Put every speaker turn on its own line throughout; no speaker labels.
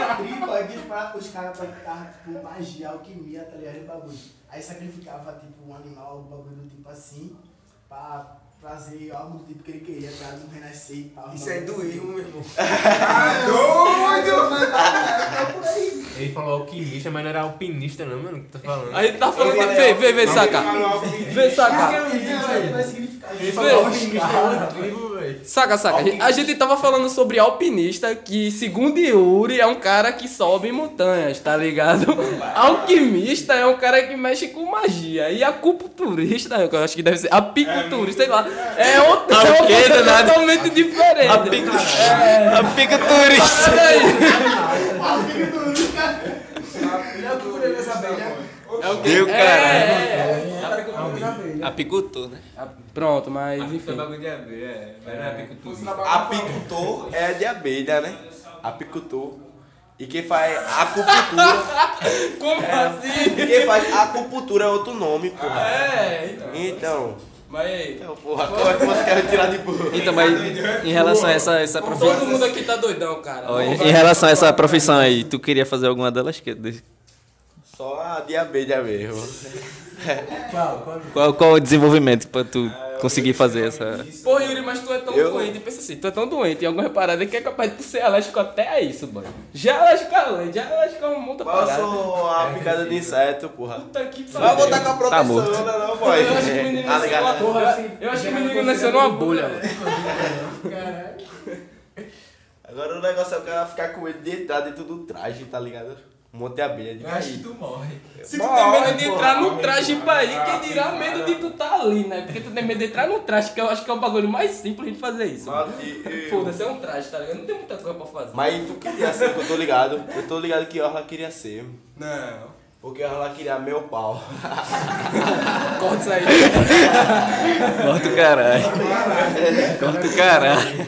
tripa aqui Tipo, é pra os caras praticavam, tipo, magia, alquimia, tá ligado? O bagulho. Aí sacrificava, tipo, um animal, um bagulho do tipo assim, pra trazer algo do tipo que ele queria, pra não renascer e um tal.
Isso é
assim.
hinduísmo, meu irmão. Tá
Ele falou alquimista, mas não era alpinista, não, mano, que tá falando.
A gente tá falando
Ele
de.
é
Vê, vê, vê, saca. Vê, saca.
um Ele
é
Vê.
um Incrível, velho.
Saca, saca. A gente tava falando sobre alpinista, que segundo Yuri é um cara que sobe montanhas, tá ligado? Alquimista é um cara que mexe com magia. E acupunturista, eu acho que deve ser apiculturista, sei lá. É outra
Ah,
é
o quê,
outra coisa
danado?
totalmente diferente. É,
A pica turista.
Ele é o que cuida das abelhas.
É o Deu,
É,
caralho.
é, é.
Ele é o que cuida das abelhas.
Apicultor, né?
Pronto, mas enfim. um
bagulho de abelha, é. Vai na apicultura.
Apicultor é de abelha, né? Apicultor. E quem faz acupuntura.
Como assim?
quem faz acupuntura é outro nome, porra.
É, então.
Então.
Mas aí.
Então, porra, qual é que você quer tirar de burro?
Então, mas em relação a essa, essa
Todo
profissão.
mundo aqui tá doidão, cara.
Ó, Em em relação a essa profissão aí, tu queria fazer alguma delas? Que- de-
Só a de abelha mesmo.
Qual? Qual?
Qual, qual o desenvolvimento pra tu conseguir fazer essa.
Pô, Yuri, mas tu é tão
Eu-
doente, pensa assim, tu é tão doente em alguma parada que é capaz de tu ser alérgico até a isso, mano. Já é alérgico a lente, já é alérgico a um monte de
Mas
parada.
eu sou a picada de inseto, porra.
Puta que
Vai
pariu.
botar com a proteção,
morto.
não,
é
não, boy.
Eu acho que o menino
Tá
nasceu
ligado?
uma-
assim,
eu acho que o
é um
menino nasceu numa bolha, mano.
Agora o negócio é o cara ficar com ele deitado dentro do traje, tá ligado? Um monte de abelha de cair.
tu morre.
Se tu tem medo de entrar no traje pra ir, quem dirá o medo de tu tá ali, né? Porque tu tem medo de entrar no traje, que eu acho que é o bagulho mais simples de fazer isso. mano. Foda-se, é um traje, tá ligado? Não tem muita coisa pra fazer.
Mas tu queria ser, que eu tô ligado. Eu tô ligado que Orla queria ser.
Não.
Porque Orla queria meu pau.
Corta isso aí.
Corta o caralho. Corta o caralho.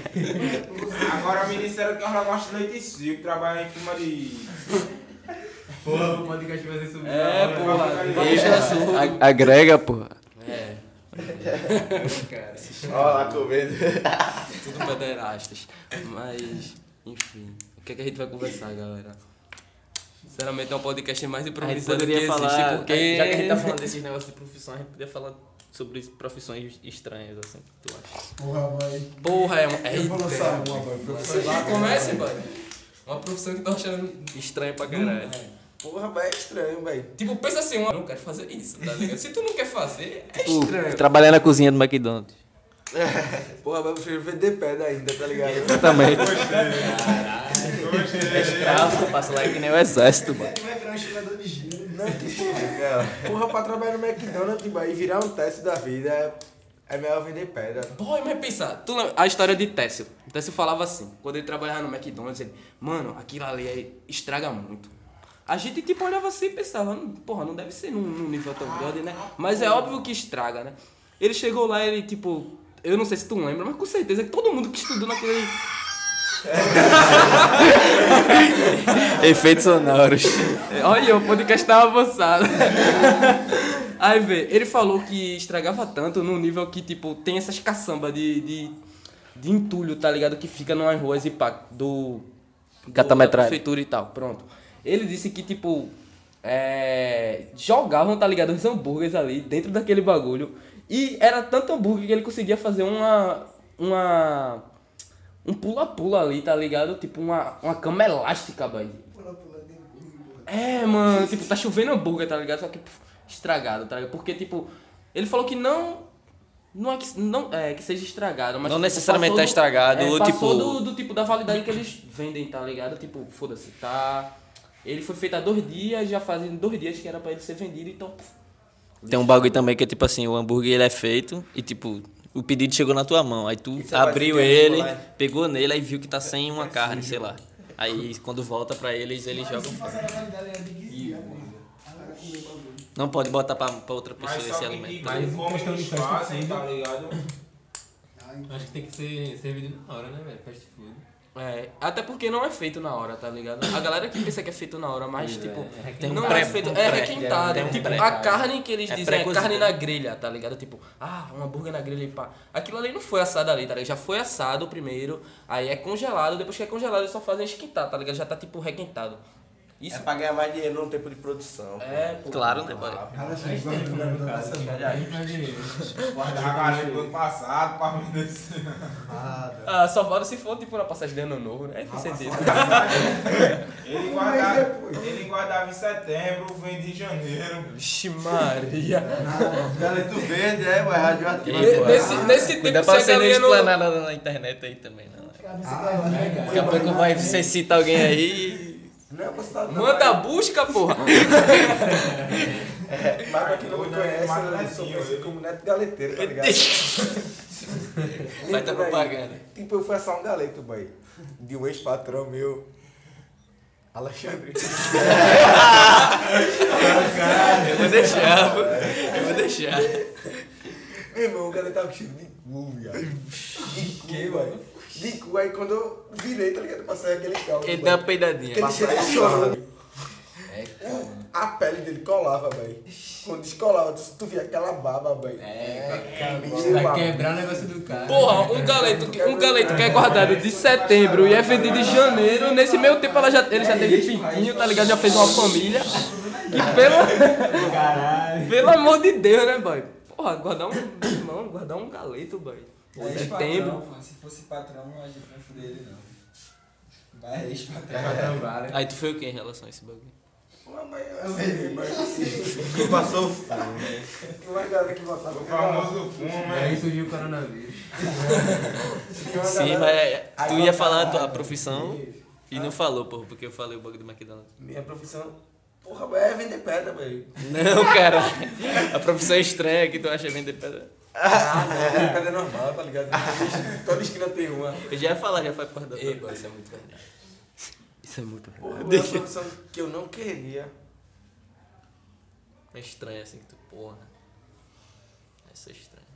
Agora me disseram que ela gosta de leite seco, trabalha em cima de.
Porra, o podcast vai ser subido.
É, porra.
Deixa
A- Agrega, porra.
É,
Orla comendo.
tudo pederastas. Mas, enfim. O que é que a gente vai conversar, galera? Sinceramente, é um podcast mais improvisado que existe, porque...
Já que a gente tá falando desses negócios de profissão, a gente poderia falar sobre profissões estranhas, assim, que tu acha.
Porra, mãe.
Porra, é um... É,
Eu vou lançar uma, mãe.
Você já comece, mano. Uma profissão que eu tô achando...
Estranha pra caralho.
Porra, vai é estranho, velho.
Tipo, pensa assim, eu não quero fazer isso, tá ligado? Se tu não quer fazer, é
Tipo,
estranho.
trabalhar na cozinha do McDonald's.
Porra, vai você vender pedra ainda, tá ligado?
Exatamente. Escravo, passa lá que nem o exército, mano.
Ele vai virar um estimador de gelo.
Não, tipo, porra, pra trabalhar no McDonald's tipo, e virar um teste da vida é- é melhor vender pedra.
Boy, mas pensa, tu lembra a história de Técio. O Técio falava assim, quando ele trabalhava no McDonald's, ele, mano, aquilo ali aí estraga muito. A gente tipo olhava assim e pensava, "Não, porra, não deve ser num, num nível tão grande, né? Mas é óbvio que estraga, né? Ele chegou lá ele, tipo, eu não sei se tu lembra, mas com certeza que todo mundo que estudou naquele.
Efeitos sonoros.
Olha, o podcast tava avançado. Aí, vê, ele falou que estragava tanto num nível que, tipo, tem essas caçambas de, de, de entulho, tá ligado? Que fica nas ruas e pá, do... do- Da
Catametralha.
prefeitura e tal, pronto. Ele disse que, tipo, é, jogavam, tá ligado, os hambúrgueres ali dentro daquele bagulho. E era tanto hambúrguer que ele conseguia fazer uma... uma... Um pula-pula ali, tá ligado? Tipo uma, uma cama elástica, boy.
Pula, pula, tem burro.
É, mano, tipo, tá chovendo hambúrguer, tá ligado? Só que puf, estragado, tá ligado? Porque, tipo, ele falou que não. Não é que, não, é, que seja estragado, mas.
Não
tipo,
necessariamente
passou
tá estragado,
do,
ou,
É, passou
tipo-
Do, do tipo da validade que eles vendem, tá ligado? Tipo, foda-se, tá. Ele foi feito há dois dias, já fazem dois dias que era pra ele ser vendido, então. puf,
Tem um bagulho também que é tipo assim, o hambúrguer ele é feito e tipo, o pedido chegou na tua mão. Aí tu
Isso é
abriu
basicamente
ele,
bolagem.
pegou nele, aí viu que tá sem uma carne, sei lá. Aí quando volta pra eles, eles jogam.
Se passar a validade, era de 15 dias, porra. Ela comeu o bagulho.
Não pode botar pra, pra outra pessoa
Mas só
esse
que
alimento.
diga,
Mas
como
questão de
eles
fast
fazem,
food.
tá ligado?
Ai,
Acho que tem que ser servido na hora, né, velho? Fast food.
É, até porque não é feito na hora, tá ligado? A galera que pensa que é feito na hora, mas
Pois
tipo,
é. Tem um
não
pré-
é feito,
um
é
pré-
requintado.
tem um
tipo,
pré-
a carne que eles
É
dizem é
pré-cozido.
carne na grelha, tá ligado? Tipo, ah, um hambúrguer na grelha e pá. Aquilo ali não foi assado ali, tá ligado? Já foi assado primeiro, aí é congelado, depois que é congelado eles só fazem esquentar, tá ligado? Já tá tipo requentado. Isso
É pra ganhar mais dinheiro no tempo de produção.
é, pô.
Claro, né, pai?
Cara, gente, vamos jogar toda
É
essa
É.
Guardar a galera do ano passado pra vender esse ano.
merda.
Ah, só vale se for tipo na passagem de ano novo, né? Tem sentido.
Ele
Um
guardava,
mês depois.
ele guardava em setembro, vende em janeiro.
Vixe, Maria.
Galeto verde, é, mas radioativo.
Ne- Nesse, nesse
Cuida
tempo
pra
você
você não
ganha no...
explanar nada na internet aí também, não. né?
Ah, né,
Daqui a pouco vai, você cita alguém aí.
Não, você tá
Manda a busca, porra.
é, Mas pra quem não me conhece, eu sou conhecido como Neto Galeteiro, tá ligado?
Vai tá ter
Por aí.
propaganda.
Tipo, eu fui assar um galeto, boy. De um ex-patrão meu. Alexandre.
Eu vou deixar, pô. eu vou deixar.
Meu irmão, o galeto tava cheio de cu, viado. De cu, boy. De cu, aí quando eu virei, tá ligado? Passei aquele caldo.
Ele
boy.
deu uma peidadinha.
Aquele cheiro de chorando.
É,
É, A pele dele colava, velho. Quando descolava, tu, tu via aquela É, baba, velho.
É,
é
Vai quebrar o negócio do cara.
Porra, um galeto, que- um galeto que é guardado de setembro e é vendido de janeiro. Nesse meio tempo ela já, ele já teve pintinho, tá ligado? Já fez uma família. E pelo. Pelo amor de Deus, né, boy? Porra, guardar um. Irmão, guardar um galeto, boy. Setembro.
Se fosse patrão, a gente não é fuderia ele, não. Mas é ex-patrão.
Aí tu foi o que em relação a esse bagulho?
Passou
Tinha assim, uma galera que botava.
O famoso fumo,
é?
né?
Aí surgiu o coronavírus.
Tinha uma
Sim,
galera-
mas é, tu ia falar a tua profissão e não falou, porra, porque eu falei o bagulho do McDonald's.
Minha profissão. Porra, véi, é vender pedra, velho.
Não, cara. A profissão estranha que tu acha vender pedra.
Vender pedra é normal, tá ligado? Toda esquina tem uma.
Eu já ia falar, já faz parte da tua.
isso é muito verdade. Isso é muito verdade.
Porra, é uma profissão que eu não queria.
É estranho assim que tu, porra. Essa é estranha.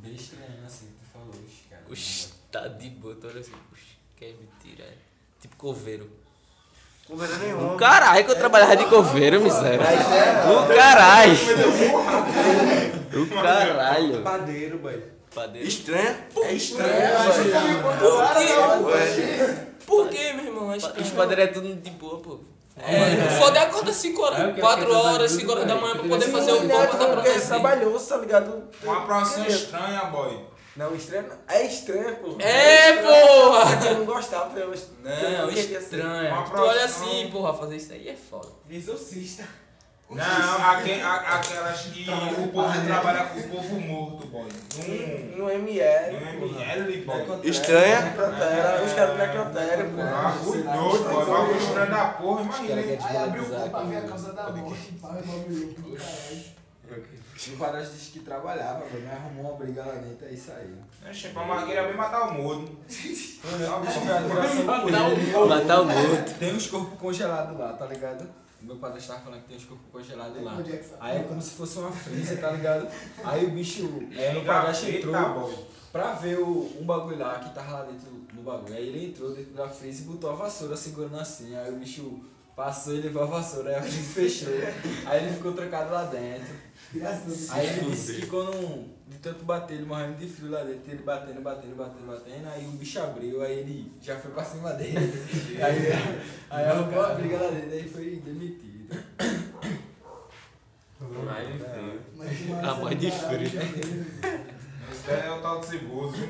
Bem estranho assim, tu falou, os caras.
Oxi, tá de boa, tu olha assim, oxi, quer me tirar. é. Tipo coveiro.
Conversa nenhuma.
Caralho, que eu trabalhava de coveiro, miséria. O caralho. O caralho.
Padeiro, velho.
Padeiro.
Estranha?
É estranho, velho.
Por quê? Por quê, meu irmão? Acho que-
Os padeiros é tudo de boa, pô.
É, foda acorda 5
É,
horas,
porque
4
a gente
horas,
tá
5 horas da
tudo
manhã pra
bem.
poder
Sim,
fazer um o
Sim,
corpo
né,
da
porque
proteção.
Trabalhoso, tá ligado?
Uma profissão
Queria.
estranha, boy.
Não, estranha não. É estranha, porra.
É,
estranha.
porra!
Eu não gostava, eu eu
Não,
queria ser. um-
estranho.
Uma
Tu olha
profissão.
assim, porra, fazer isso aí é foda.
Exorcista.
Não, aque- a- aquelas que o povo trabalha com o povo morto, boy. é Num
No
Um
ML,
num
porra.
ML, boy.
Estranha?
Necrotério, os caras do necrotério, porra.
Bagulho doido, boy. Bagulho estranho da porra, imagina.
Aí abriu o cu pra ver a causa da morte. Pau é bagulho louco do caralho.
Ah, O Varas disse que trabalhava, velho, mas arrumou uma briga lá dentro é e saiu.
Oxe, pra magueira bem matar o morto.
Matar o morto.
Tem uns corpos congelados lá, tá ligado? O Meu padre estava falando que tem uns corpos congelados lá.
Onde é que você-
Aí é como se fosse uma freezer, tá ligado? Aí o bicho, é, o
Tá
Pagacha
feito,
entrou
tá bom.
pra ver o, um bagulho lá que tava lá dentro do bagulho. Aí ele entrou dentro da freezer e botou a vassoura segurando assim. Aí o bicho passou e levou a vassoura, aí a freezer fechou. Aí ele ficou trancado lá dentro.
Graças a
Aí ele disse que quando um, de tanto bater, ele morrendo de frio lá dentro, ele batendo, batendo, batendo, batendo, aí o bicho abriu, aí ele já foi pra cima dele. aí aí arrumou a briga lá dentro, aí foi demitido.
Deus. Mas que
A voz de frio.
Esse é o tal de ceboso.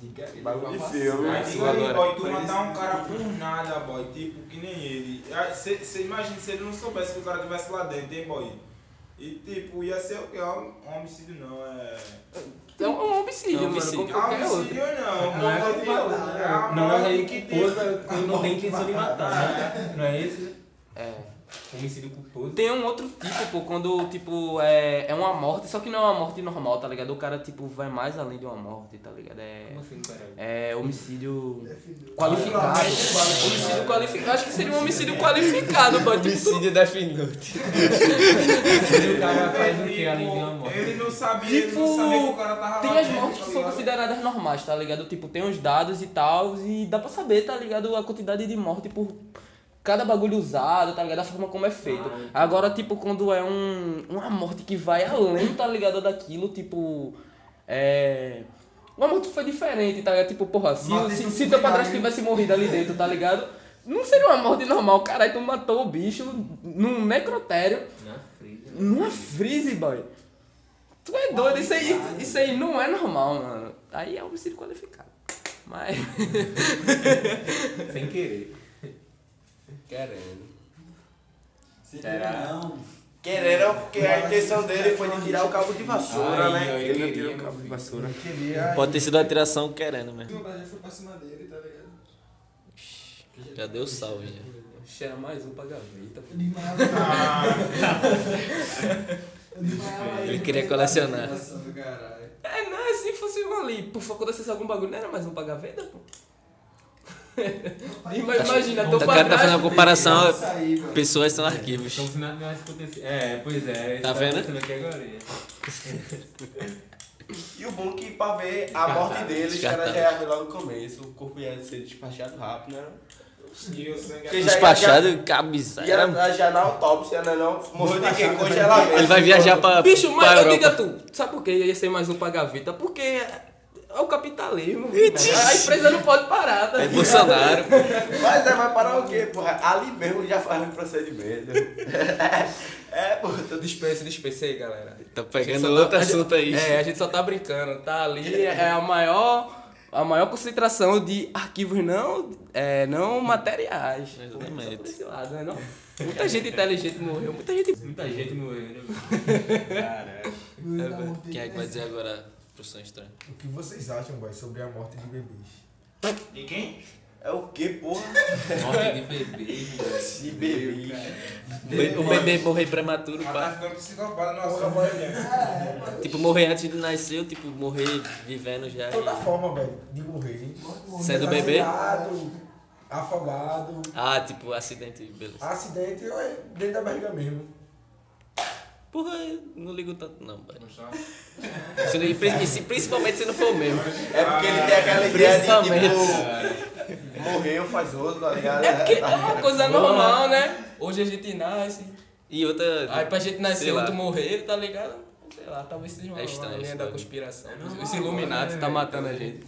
Diga ele,
Bagulho de
papai.
filme. né?
Aí diga aí,
agora.
boy, tu matar um cara por nada, boy. Tipo, que nem ele. Você imagina se ele não soubesse que o cara tivesse lá dentro, hein, boy? E tipo, ia ser o quê? Um homicídio não, é.
É um homicídio,
É um
mano, como
homicídio.
qualquer outro.
Homicídio não,
Não é que
é
Não, mas aí que coisa, quando não tem intenção de matar, né? Não é isso?
É.
Homicídio culposo.
Tem um outro tipo, pô, quando, tipo, é, é uma morte, só que não é uma morte normal, tá ligado? O cara, tipo, vai mais além de uma morte, tá ligado? É,
Enfim, caralho.
é homicídio
né?
qualificado. Homicídio qualificado. Acho que seria um homicídio qualificado, pô. Tipo, tu-
Homicídio definute.
O cara faz o que além de uma
Tipo,
morte?
Ele não sabia, ele não sabia que o cara tava
Tipo, Tem
lá
as
dentro,
mortes que
tá
são
ligado?
consideradas normais, tá ligado? Tipo, tem os dados e tal, e dá pra saber, tá ligado? A quantidade de morte por cada bagulho usado, tá ligado? A forma como é
Ah,
feito. Agora, tipo, quando é um, uma morte que vai além, tá ligado? Daquilo, tipo. É. Uma morte que foi diferente, tá ligado? Tipo, porra, se,
Morte
se,
do
se teu padrasto
Fulminari.
tivesse morrido ali dentro, tá ligado? Não seria uma morte normal, caralho, tu matou o bicho num necrotério.
Na
né?
frente.
Numa freeze, boy. Tu é doido, isso aí, isso aí não é normal, mano. Aí é homicídio qualificado. Mas.
Sem querer.
Querendo.
Será? Não.
Querendo, é porque a intenção
é
dele foi de tirar o cabo de vassoura, né? Ele não tirou o cabo de vassoura.
Pode ter sido a atiração querendo né? mesmo.
Meu pai já foi pra cima dele, tá ligado?
Já deu salve já.
Cheira mais um pra gaveta. pô.
Ele queria colecionar.
Nossa, do caralho.
É, não, é se fosse um ali. Por favor, acontecesse algum bagulho, não era mais um pra gaveta, pô. Ima- Imagina, teu
O cara tá fazendo
padrasto.
uma comparação.
Isso aí, mano.
Pessoas são
Então,
arquivos.
se nada mais acontecer. É, pois é. isso
Tá vendo?
acontecendo aqui agora.
E o bom é que pra ver a morte dele, os caras já iam ver logo no começo. O corpo ia ser despachado rápido, né?
E o sangue é
Porque já-
Despachado,
E ela
cabizarra.
tá já na autópsia, né? Não, morreu de quê? Congelamento.
Ele vai viajar pra.
Bicho,
pra
mas eu digo
Europa.
a tu, sabe por que ia ser mais um pra gaveta? Porque é é o capitalismo. velho. A empresa não pode parar, tá
É Bolsonaro.
Mas é, vai parar o quê, porra? Ali mesmo já faz um procedimento. é, porra. tô-
Dispensa, dispensa aí, galera.
Tá pegando outro assunto aí.
É, a gente só tá brincando, tá ali, é a maior, a maior concentração de arquivos não, é, não materiais. Pô,
Exatamente.
só por esse lado, né, não? Muita gente inteligente morreu, muita gente...
Muita gente morreu, né, mano?
Quem é que vai dizer agora? Profissão estranha.
O que vocês acham, boy, sobre a morte de bebês?
De quem?
É o quê, porra?
Morte de bebê.
De bebê.
O bebê morrer prematuro,
Ela
pá.
tá ficando psicopata no assunto mesmo.
É,
Tipo, morrer antes de nascer, ou, tipo, morrer vivendo já.
Toda forma, velho, de morrer. hein?
é
Sendo é bebê?
Assassinado, Afogado,
Ah, tipo, acidente, beleza.
acidente ou é dentro da barriga mesmo.
Porra, eu não ligo tanto não, pai. Se não- e pri- e se- Principalmente se não for o mesmo.
É porque ele tem aquela ideia de tipo. Morreu, faz outro, tá ligado?
É porque é uma coisa normal, né? Hoje a gente nasce,
E outra.
aí pra gente
Sei
nascer
lá.
outro morrer, tá ligado? Sei lá, talvez seja uma,
É estranho,
uma linha
estranho.
da conspiração.
É
Os
né?
Illuminati tá matando a gente.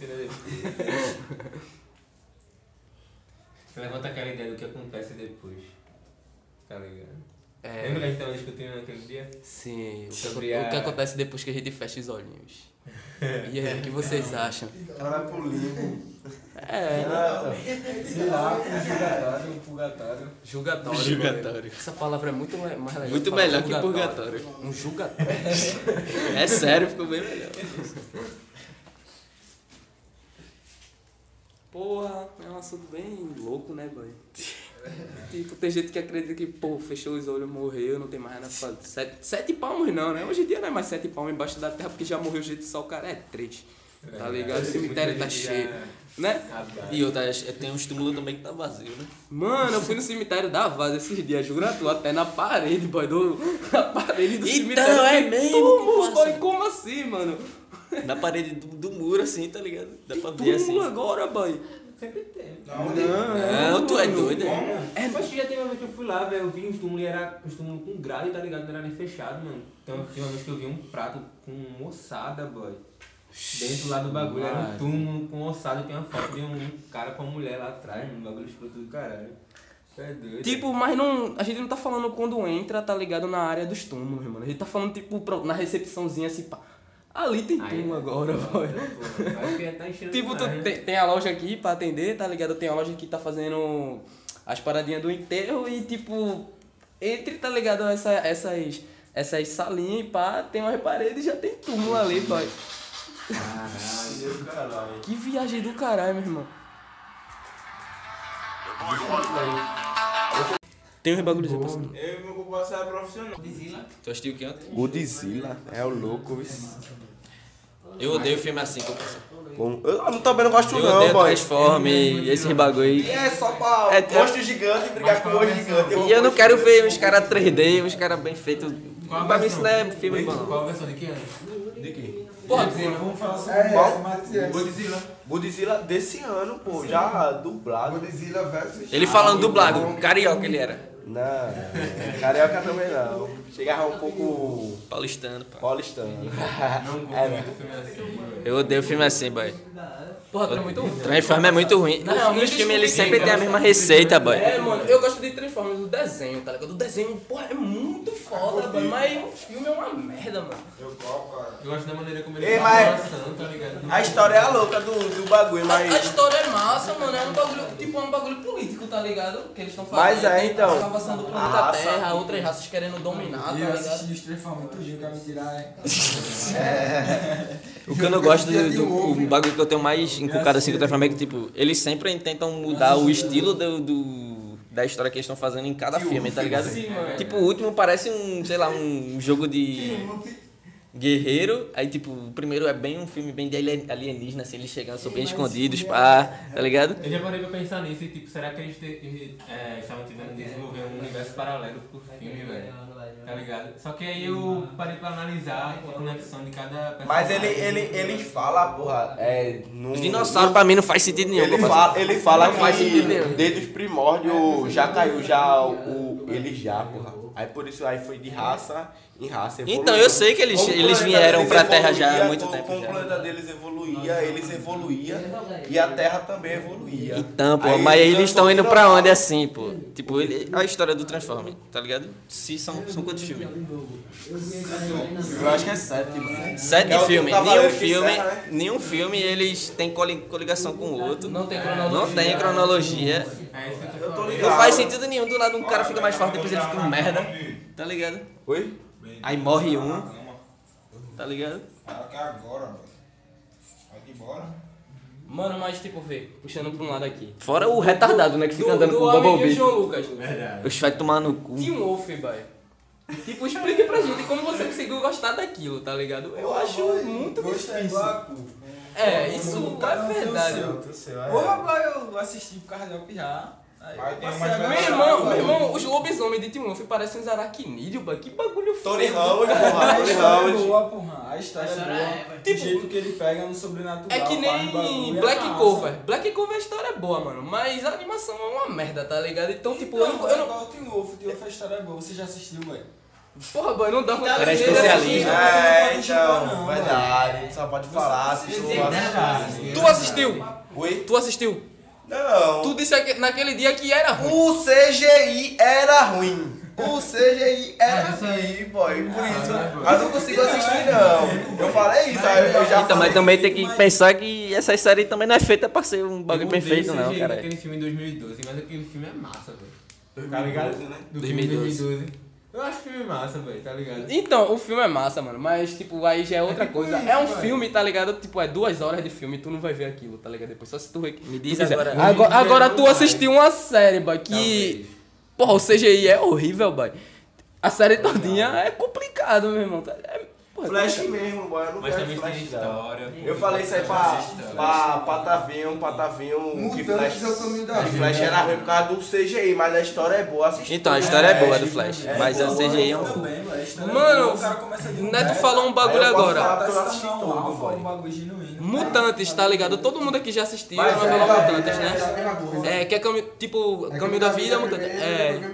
Você levanta aquela ideia do que acontece depois. Tá ligado? Lembra que a
É,
gente tava discutindo naquele dia?
sim, o que,
Sobre
o que
a-
acontece depois que a gente fecha os olhinhos. E aí, o que vocês acham?
Ela vai pro livro.
É,
então,
Sei lá, purgatório, purgatório.
Julgatório.
Julgatório.
mano. Essa palavra é muito le- mais legal.
Muito
Falar
melhor que purgatório.
Um julgatório.
É sério, ficou bem melhor.
Porra, é um assunto bem louco, né, boy? tipo, tem gente que acredita que, pô, fechou os olhos, morreu, não tem mais nada pra fazer. Sete, sete palmos não, né? Hoje em dia não é mais sete palmos embaixo da terra, porque já morreu gente só, o cara é três. Tá
É,
ligado? O cemitério tá cheio, né?
E outra, acho- tem um estímulo também que tá vazio, né?
Mano, eu fui no cemitério da Vaza esses dias, juro na tua, até na parede, boy, do, na parede do
Então,
cemitério.
é
Tem
mesmo,
túmulo,
que massa.
boy, como assim, mano?
Na parede do, do muro, assim, tá ligado? Dá pra ver
Túmulo
assim.
agora, boy.
Sempre tem.
Não, tu é doido. é?
Como?
É, mas já teve uma vez que eu fui lá, velho, eu vi uns túmulos e era uns túmulos com grade, tá ligado? Não era nem fechado, mano. Então, tem uma vez que eu vi um prato com moçada, boy. Dentro lá do bagulho, era um túmulo com ossada, tem uma foto de um cara com uma mulher lá atrás, um bagulho escroto do caralho. Tu é doido.
Tipo, mas não. A gente não tá falando quando entra, tá ligado? Na área dos túmulos, mano. A gente tá falando, tipo, pro- na recepçãozinha assim, pá. Ali tem
Aí,
um túmulo
né?
agora, boy.
Porra, acho que ia tá enchendo
Tipo, tu
demais, né?
tem, tem a loja aqui pra atender, tá ligado? Tem a loja que tá fazendo as paradinhas do enterro e, tipo, entre, tá ligado? Essa, essas, essas salinhas e pá, tem umas paredes e já tem túmulo ali, boy. Que viagem do caralho, meu irmão.
Tem uns bagulhos aí passando.
Eu e meu compadre é profissional.
Tu assistiu o que ontem?
Godzilla é o louco, viu?
Eu odeio filme assim que eu passei.
Bom, eu eu não- também não gosto
Eu
não,
odeio
boy.
Transform e esses bagulho aí.
É só pra
É,
monstro gigante brigar com o monstro gigante.
E eu não quero ver uns caras 3D, uns caras bem feitos.
Qual a
Pra mim
versão?
isso não é filme bom.
Qual a versão de que ano?
De quem?
Vamos falar sobre
É,
Qual?
Matheus.
Godzilla.
Godzilla desse ano, pô, já dublado.
Godzilla versus.
Ele falando dublado, carioca ele era.
Não, carioca também não. Chegava um pouco
Paulistano, pá.
paulistano.
Não gosto
né?
É,
muito filme assim.
Eu odeio filme assim, boy.
Porra, tu é muito ruim.
Transform é muito ruim.
Não, não, assim,
Os- Os
me
filmes eles
desculpe,
sempre
cara.
têm a mesma receita, boy.
É, mano, eu gosto de Transformers do desenho, tá ligado? O desenho, porra, é muito foda, mano, mas o filme é uma merda, mano.
Eu qual, cara?
Eu gosto da maneira como
Ei,
ele
mas-
avançando, tá ligado?
A história é a louca do, do bagulho,
A, a
mas.
história é massa, mano, é um bagulho, tipo, é um bagulho político, tá ligado? Que eles estão fazendo.
Mas é, então,
A salvação do planeta
a raça-
Terra, outras raças querendo dominar, tá
E eu
ligado?
assisti os Transformers tudinho pra me tirar, hein?
O que eu não gosto do, do- o bagulho que eu tenho mais inculcado assim com o Transform é que, tipo, eles sempre tentam mudar o estilo do. do- da história que eles estão fazendo em cada filme, tá ligado? Tipo, o último parece um, sei lá, um jogo de guerreiro, aí tipo, o primeiro é bem um filme bem de alien- alienígena, assim, eles chegando, são bem escondidos, pá,
é.
tá ligado?
Eu já parei pra pensar nisso e tipo, será que eles te- eles, é, estavam tentando desenvolver um universo paralelo pro filme, velho? Tá ligado? Só que aí eu parei pra analisar a conexão de cada personagem.
Mas ele, ele, ele fala, porra, é. Num,
Os dinossauros pra mim não faz sentido nenhum.
Ele
eu faço.
fala, ele fala
Não faz
que
sentido nenhum.
desde os primórdios já caiu já o, o- ele já, porra. Aí por isso aí foi de raça em raça. evoluiu.
Então, eu sei que eles-
Como o
eles
planeta
vieram
deles
pra Terra já há
evoluía,
muito
como-
tempo
Como
já.
o planeta deles evoluía, eles evoluíam e a Terra também evoluía.
Então, pô, mas eles estão indo pra onde assim, pô? Tipo, ele, a história do Transformer, tá ligado? Se são, são quantos filmes?
Eu acho que é sete, mano.
Sete
É o do
filmes. Nenhum
Cavaleiro que
filme,
encerra, né?
nenhum filme eles têm coli- coligação com o outro.
Não tem cronologia.
Não tem cronologia.
É isso que eu tô
Eu tô
falando.
ligado.
Não faz sentido nenhum. Do lado um cara fica mais forte, depois ele fica um merda. Tá ligado?
Oi?
Aí morre um, tá ligado?
Cara, que é agora, velho. Vai de bora.
Mano, mas tipo, vê, puxando pra um lado aqui.
Fora o retardado, né? Que fica
Do-
andando
Tipo, do
com o
Homem
Bubble
que
Bee.
João Lucas.
Os vai tomar no cu.
Tim Wolf, boy. Tipo, explique pra gente como você conseguiu gostar daquilo, tá ligado? Eu acho muito difícil. É, isso
tá
é verdade.
Porra, boy, eu assisti pro Cardeal Pirrar. Aí
é. Mas
eu
tem
passei
mais
é
agora.
Meu irmão, meu irmão, os lobisomens de Tim Wolf parecem uns aracnídeos, boy. Que bagulho
Tony
feio.
Ramos, porra,
A
Tony
história é
Ramos.
boa, porra. A história é boa. O
Tipo-
jeito que ele pega no sobrenatural.
É que
pá, no bagulho,
nem
é
Black
massa.
Cover. Black Cover a história é boa, mano. Mas a animação é uma merda, tá ligado? Então, tipo, eu
Não,
não.
é
Eu não
igual o Tim Wolf. O Tim Wolf a história é boa. Você já assistiu, velho?
porra, boy, não dá pra
Era
Você
É,
especialista.
não pode
então,
julgar, não,
verdade, a gente só pode falar, assistiu, não assistiu.
Tu assistiu?
Oi?
Tu assistiu?
Não.
Tu disse aque- naquele dia que era ruim.
O CGI era ruim. O CGI
É,
era ruim, boy. Por
Ah,
isso.
né,
Mas não consigo assistir, não. Eu falei isso, aí eu já
Então, mas
falei.
também tem que pensar que essa série também não é feita pra ser um bagulho bem feito, não,
cara.
cara.
aquele filme em 2012, mas aquele filme é massa, velho.
Tá ligado? né?
Do filme
2012.
2012. Eu acho filme massa, velho, tá ligado?
Então, o filme é massa, mano, mas, tipo, aí já é outra coisa. é um filme, tá ligado? Tipo, é duas horas de filme, tu não vai ver aquilo, tá ligado? Depois só se tu... Me
diz agora.
Agora, agora tu
Não vai.
assistiu uma série, boy, que... Porra, o CGI é horrível, boy. A série todinha é complicado, meu irmão. tá- É, porra, é
Flash
complicado.
mesmo, boy. Eu não
Mas
quero
também tem
flash, não.
história.
Eu falei isso aí pra, pra Patavinho, Patavinho, que
então,
Mutantes
Flash,
é o caminho da
que
vida.
Flash era ruim por causa do CGI, mas a história é boa, assisti.
Então, a história é boa do Flash,
É,
mas o
boa,
CGI é um cu.
Também, velho. a história é
Mano,
boa, o cara começa de um
Neto
pé,
falou um bagulho
É. Aí eu posso
agora.
falar.
tá
eu
se
assisti
tornando
todo,
um alfa,
boy.
um bagulho genuíno.
Mutantes, tá ligado? Todo mundo aqui já assistiu a
Mas
novela
é,
Mutantes, né? É, que é Cami- tipo, Caminho da Vida, Mutante. É,
né?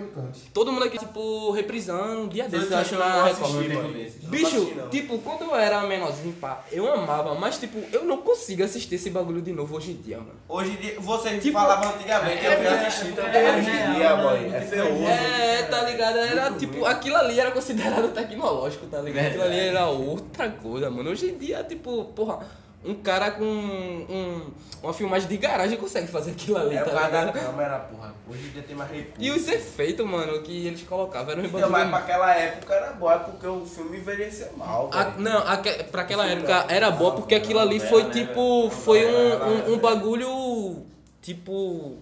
todo mundo aqui, tipo, reprisando um dia desses, eu acho, na Record. né? Bicho,
assisti, não.
tipo, quando eu era menorzinho, pá, eu amava, mas, tipo, eu não consigo assistir esse bagulho de novo hoje em dia, mano.
Hoje em dia, vocês
Tipo,
falavam antigamente, eu fui assistir também hoje
né?
em dia, boy. É feioso.
É, tá ligado? Era, tipo, aquilo ali era considerado tecnológico, tá ligado? Aquilo ali era outra coisa, mano. Hoje em dia, tipo, porra, um cara com um, uma filmagem de garagem consegue fazer aquilo ali,
É o
tá
cara da
ligado?
câmera, porra. Hoje em dia tem mais recurso.
E os efeitos, mano, que eles colocavam eram um
Então, mas pra
bagulho-
aquela época era boa, é porque o filme envelheceu mal.
A-
velho.
não, aque- pra aquela época
né?
era boa porque
assim.
aquilo ali foi tipo. Foi um, um, um bagulho. Tipo.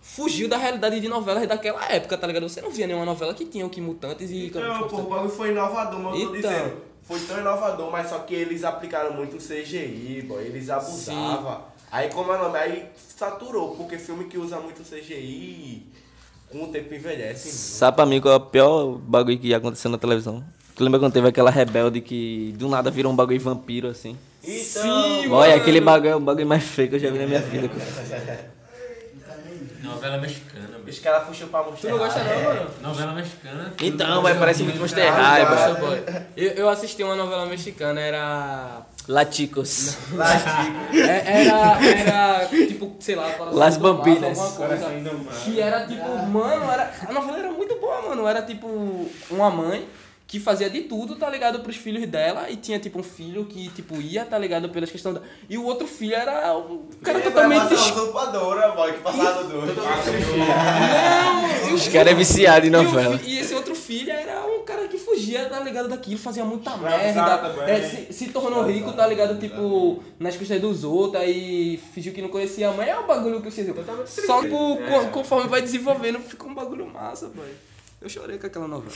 fugiu da realidade de novelas daquela época, tá ligado? Você não via nenhuma novela que tinha o que mutantes e.
Então, pô, o bagulho foi inovador, mas eu tô
Tipo, Então.
dizendo. Foi tão inovador, mas só que eles aplicaram muito CGI, boy, eles abusavam. Aí como é o nome? Aí saturou, porque filme que usa muito CGI, com o tempo envelhece.
Sabe pra mim qual é o pior bagulho que aconteceu na televisão? Tu lembra quando teve aquela rebelde que do nada virou um bagulho vampiro assim?
Então,
Olha, aquele bagulho é o bagulho mais feio que eu já vi na minha vida. cara.
Novela mexicana, bicho.
os caras puxam pra mostrar. Tu não gosta
É,
não, mano?
Novela mexicana.
Então, vai, parece muito Monster
Ai,
High,
Busta Boy. Eu, eu assisti uma novela mexicana, era.
Laticos.
é- Era. Era. Tipo, sei lá, Coração
Las
Indomável,
Bambinas.
alguma coisa.
Ainda mais.
Que era tipo, mano, era, a novela era muito boa, mano. Era tipo uma mãe que fazia de tudo, tá ligado, pros filhos dela. E tinha tipo um filho que, tipo, ia, tá ligado, pelas questões da. E o outro filho era um cara totalmente.
Uma
es-
usurpadora, boy, que passado doido.
Não! e o-
Os caras é viciado em
e o
novela.
fi- E, esse outro filho era um cara que fugia, tá ligado, daquilo, fazia muita
Escravizado
merda.
também.
é, se, se tornou rico, tá ligado, tipo, nas costas dos outros, aí fingiu que não conhecia a mãe. É um bagulho que eu sei. Só tipo, co- conforme vai desenvolvendo, fica um bagulho massa, velho. Eu chorei com aquela novela.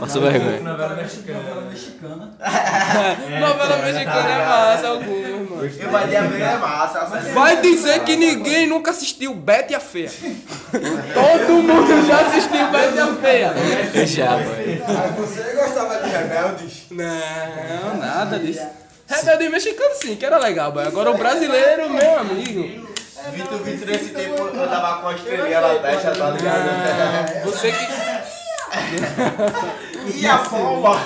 Passou vergonha.
Novela mexicana. Novela mexicana.
novela mexicana é massa, alguma, mano.
E o Maria Bela é massa. sabe?
Vai dizer que ninguém nunca assistiu Betty a Feia. Todo mundo já assistiu Betty a Feia.
Já, boy.
Aí você gostava de rebeldes?
Não, nada disso. Rebelde mexicano sim, que era legal, boy. Agora o brasileiro, meu amigo.
Vitor Vitor nesse tempo andava com a estrelinha na testa, tá ligado?
Você que.
E a forma?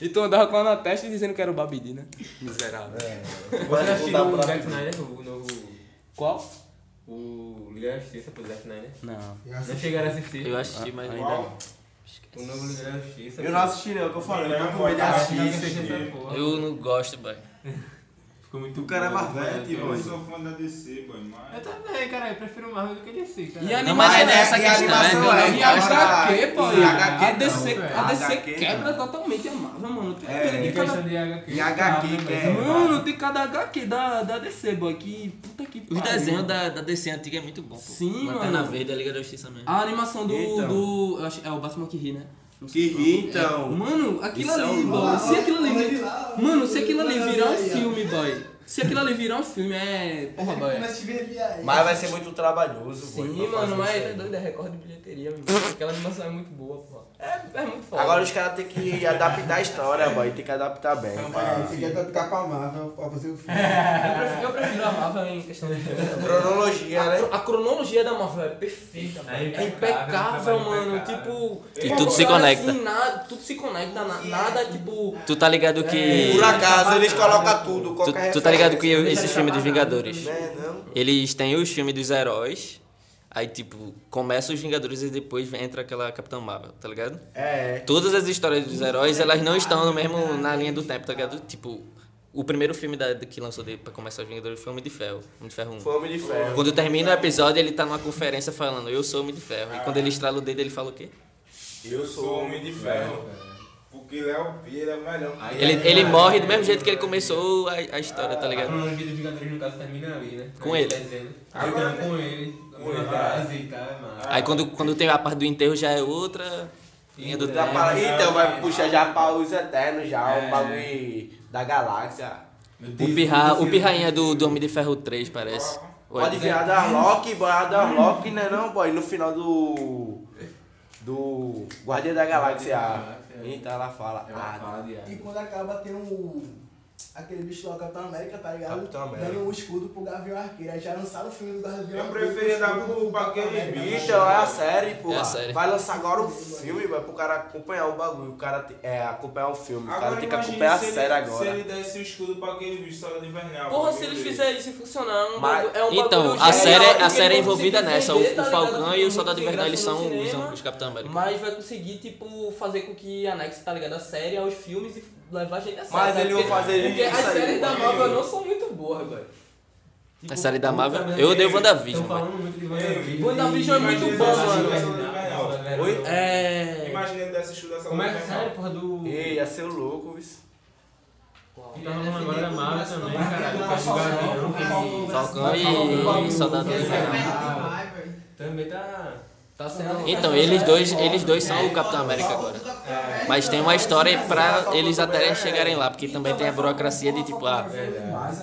E tu andava com ela na testa e dizendo que era o Babidi, né? Miserável.
Mas
Você assistiu
não dá
o
pra-
Zack Snyder, o novo.
Qual?
O Liga da Justiça pro Zack Snyder?
Não.
Não chegaram a assistir.
Eu assisti, mas.
Ainda não.
O novo Liga da Justiça.
Eu não assisti não, é o que eu falei, eu não vou
Eu assisti,
assistir.
assisti essa porra.
Eu não gosto, boy.
Ficou muito
O cara é
bom,
mais
né?
velho,
velho.
boy.
Eu sou fã da DC, boy,
tipo, Eu
mas.
também, cara, eu prefiro Marvel do que DC, cara.
E a
Não, mas
animação
é essa
e
questão,
animação
é, meu
é,
nome.
E
cara,
as HQ, pô,
e
a
HQ
DC,
não,
a DC
HQ não.
quebra totalmente a Marvel, mano. Tem
É,
tem
Em
cada-
questão de HQ.
Em HQ,
Ah,
que é-
também.
Mano, tem cada HQ da, da DC, boy, que puta que
Os
pariu.
desenhos da, da DC antiga é muito bom, pô.
Sim,
Lanterna
mano.
Verde, a Liga da Justiça mesmo.
A animação do.
Então.
do eu acho, é o Batman que ri, né? Não
Que
sei qual.
ri, então.
Mano, aquilo
Isso é
ali,
um
boy.
bom.
Se aquilo ali.
Olha lá, olha
Mano,
lá,
se aquilo ali
olha lá,
virar um
olha lá.
filme, boy. Se aquilo ali virar um filme, é. Porra, boy.
Começa a te ver ali,
Mas vai ser muito trabalhoso,
Sim,
boy, pra
um
mano,
fazer
mas
isso
é
aí.
doido, é recorde de bilheteria, mano. Aquela animação é muito boa, pô. É, é muito foda.
Agora os caras têm que adaptar a história, boy, tem que adaptar bem.
Ah, você quer ficar com a Marvel pra fazer o filme.
É,
eu, prefiro, eu prefiro a Marvel em questão de filme.
Cronologia,
A,
né?
cro- a cronologia da Marvel é perfeita, mano. É impecável,
impecável,
mano.
impecável.
Tipo.
E
uma
tudo se
coisa
conecta.
assim, nada, tudo se conecta, na- nada tipo. é,
Tu tá ligado que.
Por acaso, eles colocam tudo,
Tu,
qualquer
tu tá ligado que
referência.
esses filmes dos Vingadores,
Né, não?
eles têm os filmes dos heróis, aí tipo, começa os Vingadores e depois entra aquela Capitã Marvel, tá ligado?
É,
Todas as histórias dos heróis, elas não estão no mesmo, na linha do tempo, tá ligado? Tipo, o primeiro filme da, que lançou dele pra começar os Vingadores foi Homem de Ferro, Homem de Ferro 1.
foi Homem de Ferro.
Quando termina o episódio, ele tá numa conferência falando, eu sou Homem de Ferro. E quando ele estrala o dedo, ele fala o quê?
Eu sou homem de ferro. Porque Léo Pira é o melhor.
Ah.
Ele, ele morre do mesmo jeito que ele começou a, a história, tá
A
ligado?
cronologia dos Vingadores, no caso, termina ali, né?
Com
Aí
ele.
desenho.
Agora,
é
Então, com ele. Com
tá
ele,
ele. frase e tal, é massa.
Aí quando, quando tem a parte do enterro, já é outra linha do
Da
tempo.
para- Então, vai puxar já pra os Eternos, já, o bagulho da galáxia.
O, pirra, o pirrainha do, do Homem de Ferro 3, parece. Ou é-
Pode virar da Loki, boy, a da Loki, né não, boy? No final do. Do. Guardião da Galáxia. Então ela fala.
Ela
Ah,
fala de
E
água.
quando acaba tem um. Aquele bicho lá, o Capitão América, tá ligado?
Capitão América.
Dando um escudo pro Gavião Arqueiro. Aí já lançaram o filme do Gavião Arqueiro.
Eu preferia dar
com o escudo
pro- pra
do Capitão
aquele
América,
não.
mas-
bicho.
Então é a série, pô.
É a série.
Vai lançar agora o filme, vai pro cara acompanhar o bagulho. O cara te- é acompanhar o filme. o cara tem que
imagine
acompanhar a
se ele-
série
Se
agora.
ele desse o escudo pra aquele bicho, só de invernal.
Porra,
meu
se eles
Deus.
fizerem isso e funcionar, é um
Mas-
bagulho- é um
Então,
bagulho
a
genial,
série,
porque
a
eles
série é
vão
envolvida
conseguir
nessa. O,
vender, tá
o
ligado?
Falcão e o
Todo
Soldado
mundo sem
Invernal, eles
graça no
são os,
cinema,
os Capitão América.
Mas vai conseguir, tipo, fazer com que anexe, tá ligado? A série aos filmes e levar a gente a série.
Mas
tá?
ele
Porque-
vai fazer
Porque
isso
as
aí,
séries
tá
da
meu.
Marvel não são muito boas, velho.
A série da Marvel,
Puta,
eu
mas
odeio
eles
WandaVision,
Tipo, tão
Então,
mano.
falando muito de WandaVision.
WandaVision é muito bom, mano.
né?
Oi?
É.
Imagina ele desse o escudo dessa
Como é que
Invernal.
sai, porra, do...
Ei, ia ser o louco, isso.
Que tava falando Tá agora da Marvel
é
também, caralho.
Não,
Cacho
Falcão,
Garanhão,
Falcão,
que-
Falcão
um Falcão,
e Soldado Invernal.
Também tá. Tá sendo.
Então, eles dois, eles dois são o Capitão América agora. Mas tem uma história pra eles até chegarem lá, porque também tem a burocracia de tipo, ah,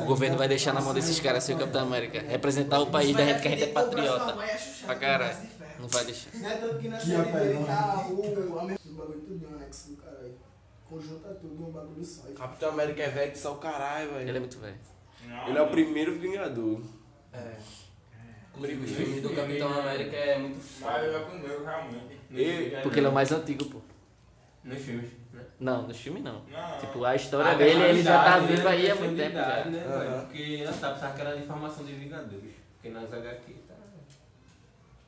o governo vai deixar na mão desses caras ser o Capitão América. Representar o país da gente que a gente é patriota. Pra caralho. Não vai deixar.
Não é tanto que na
Que
série
rapaz,
dele
mano.
tá o... A mesma... O bagulho tudo, né? anexo do caralho. Conjunta tudo num bagulho só. E
Capitão América é velho que só o caralho,
Ele é
velho.
muito velho.
Ele é o primeiro Vingador.
O filme do Capitão América né? é muito
Mas
foda.
ele é com o meu, realmente.
E-
Porque ele é o mais antigo, pô.
Nos filmes, né?
Não, no filme não.
Não.
Tipo, a história dele, ele já tá vivo aí há muito tempo já.
Idade, né,
Aham.
velho? Porque ela tá precisando aquela informação de Vingadores. Porque nas HQ tá.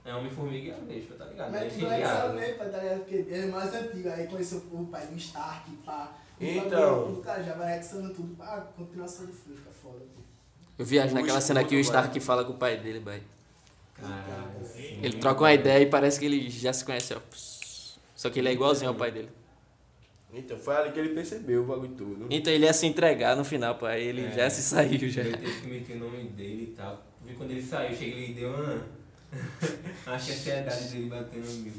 É Homem-Formiga e a Vespa, tá ligado?
Mas é
Eles
tu
é
vai
criaram.
saber, pai, tá ligado? Porque ele é mais antigo, aí conheceu o pai do Stark, pá. O
Então.
bagulho, O cara já vai anexando tudo pra continuação do filme, fica foda. pô.
Eu viajo naquela cena que o Stark fala com o pai dele, boy.
Caralho. sim.
Ele troca uma ideia e parece que ele já se conhece, ó. Pss. Só que ele é igualzinho ao pai dele.
Então, foi ali que ele percebeu o bagulho tudo.
Então ele ia se entregar no final, pô. Aí ele
É.
já se saiu, já.
Ele teve que meter o nome dele e tal. Vi quando ele saiu, cheguei e deu uma. Acho que é a idade dele batendo mil.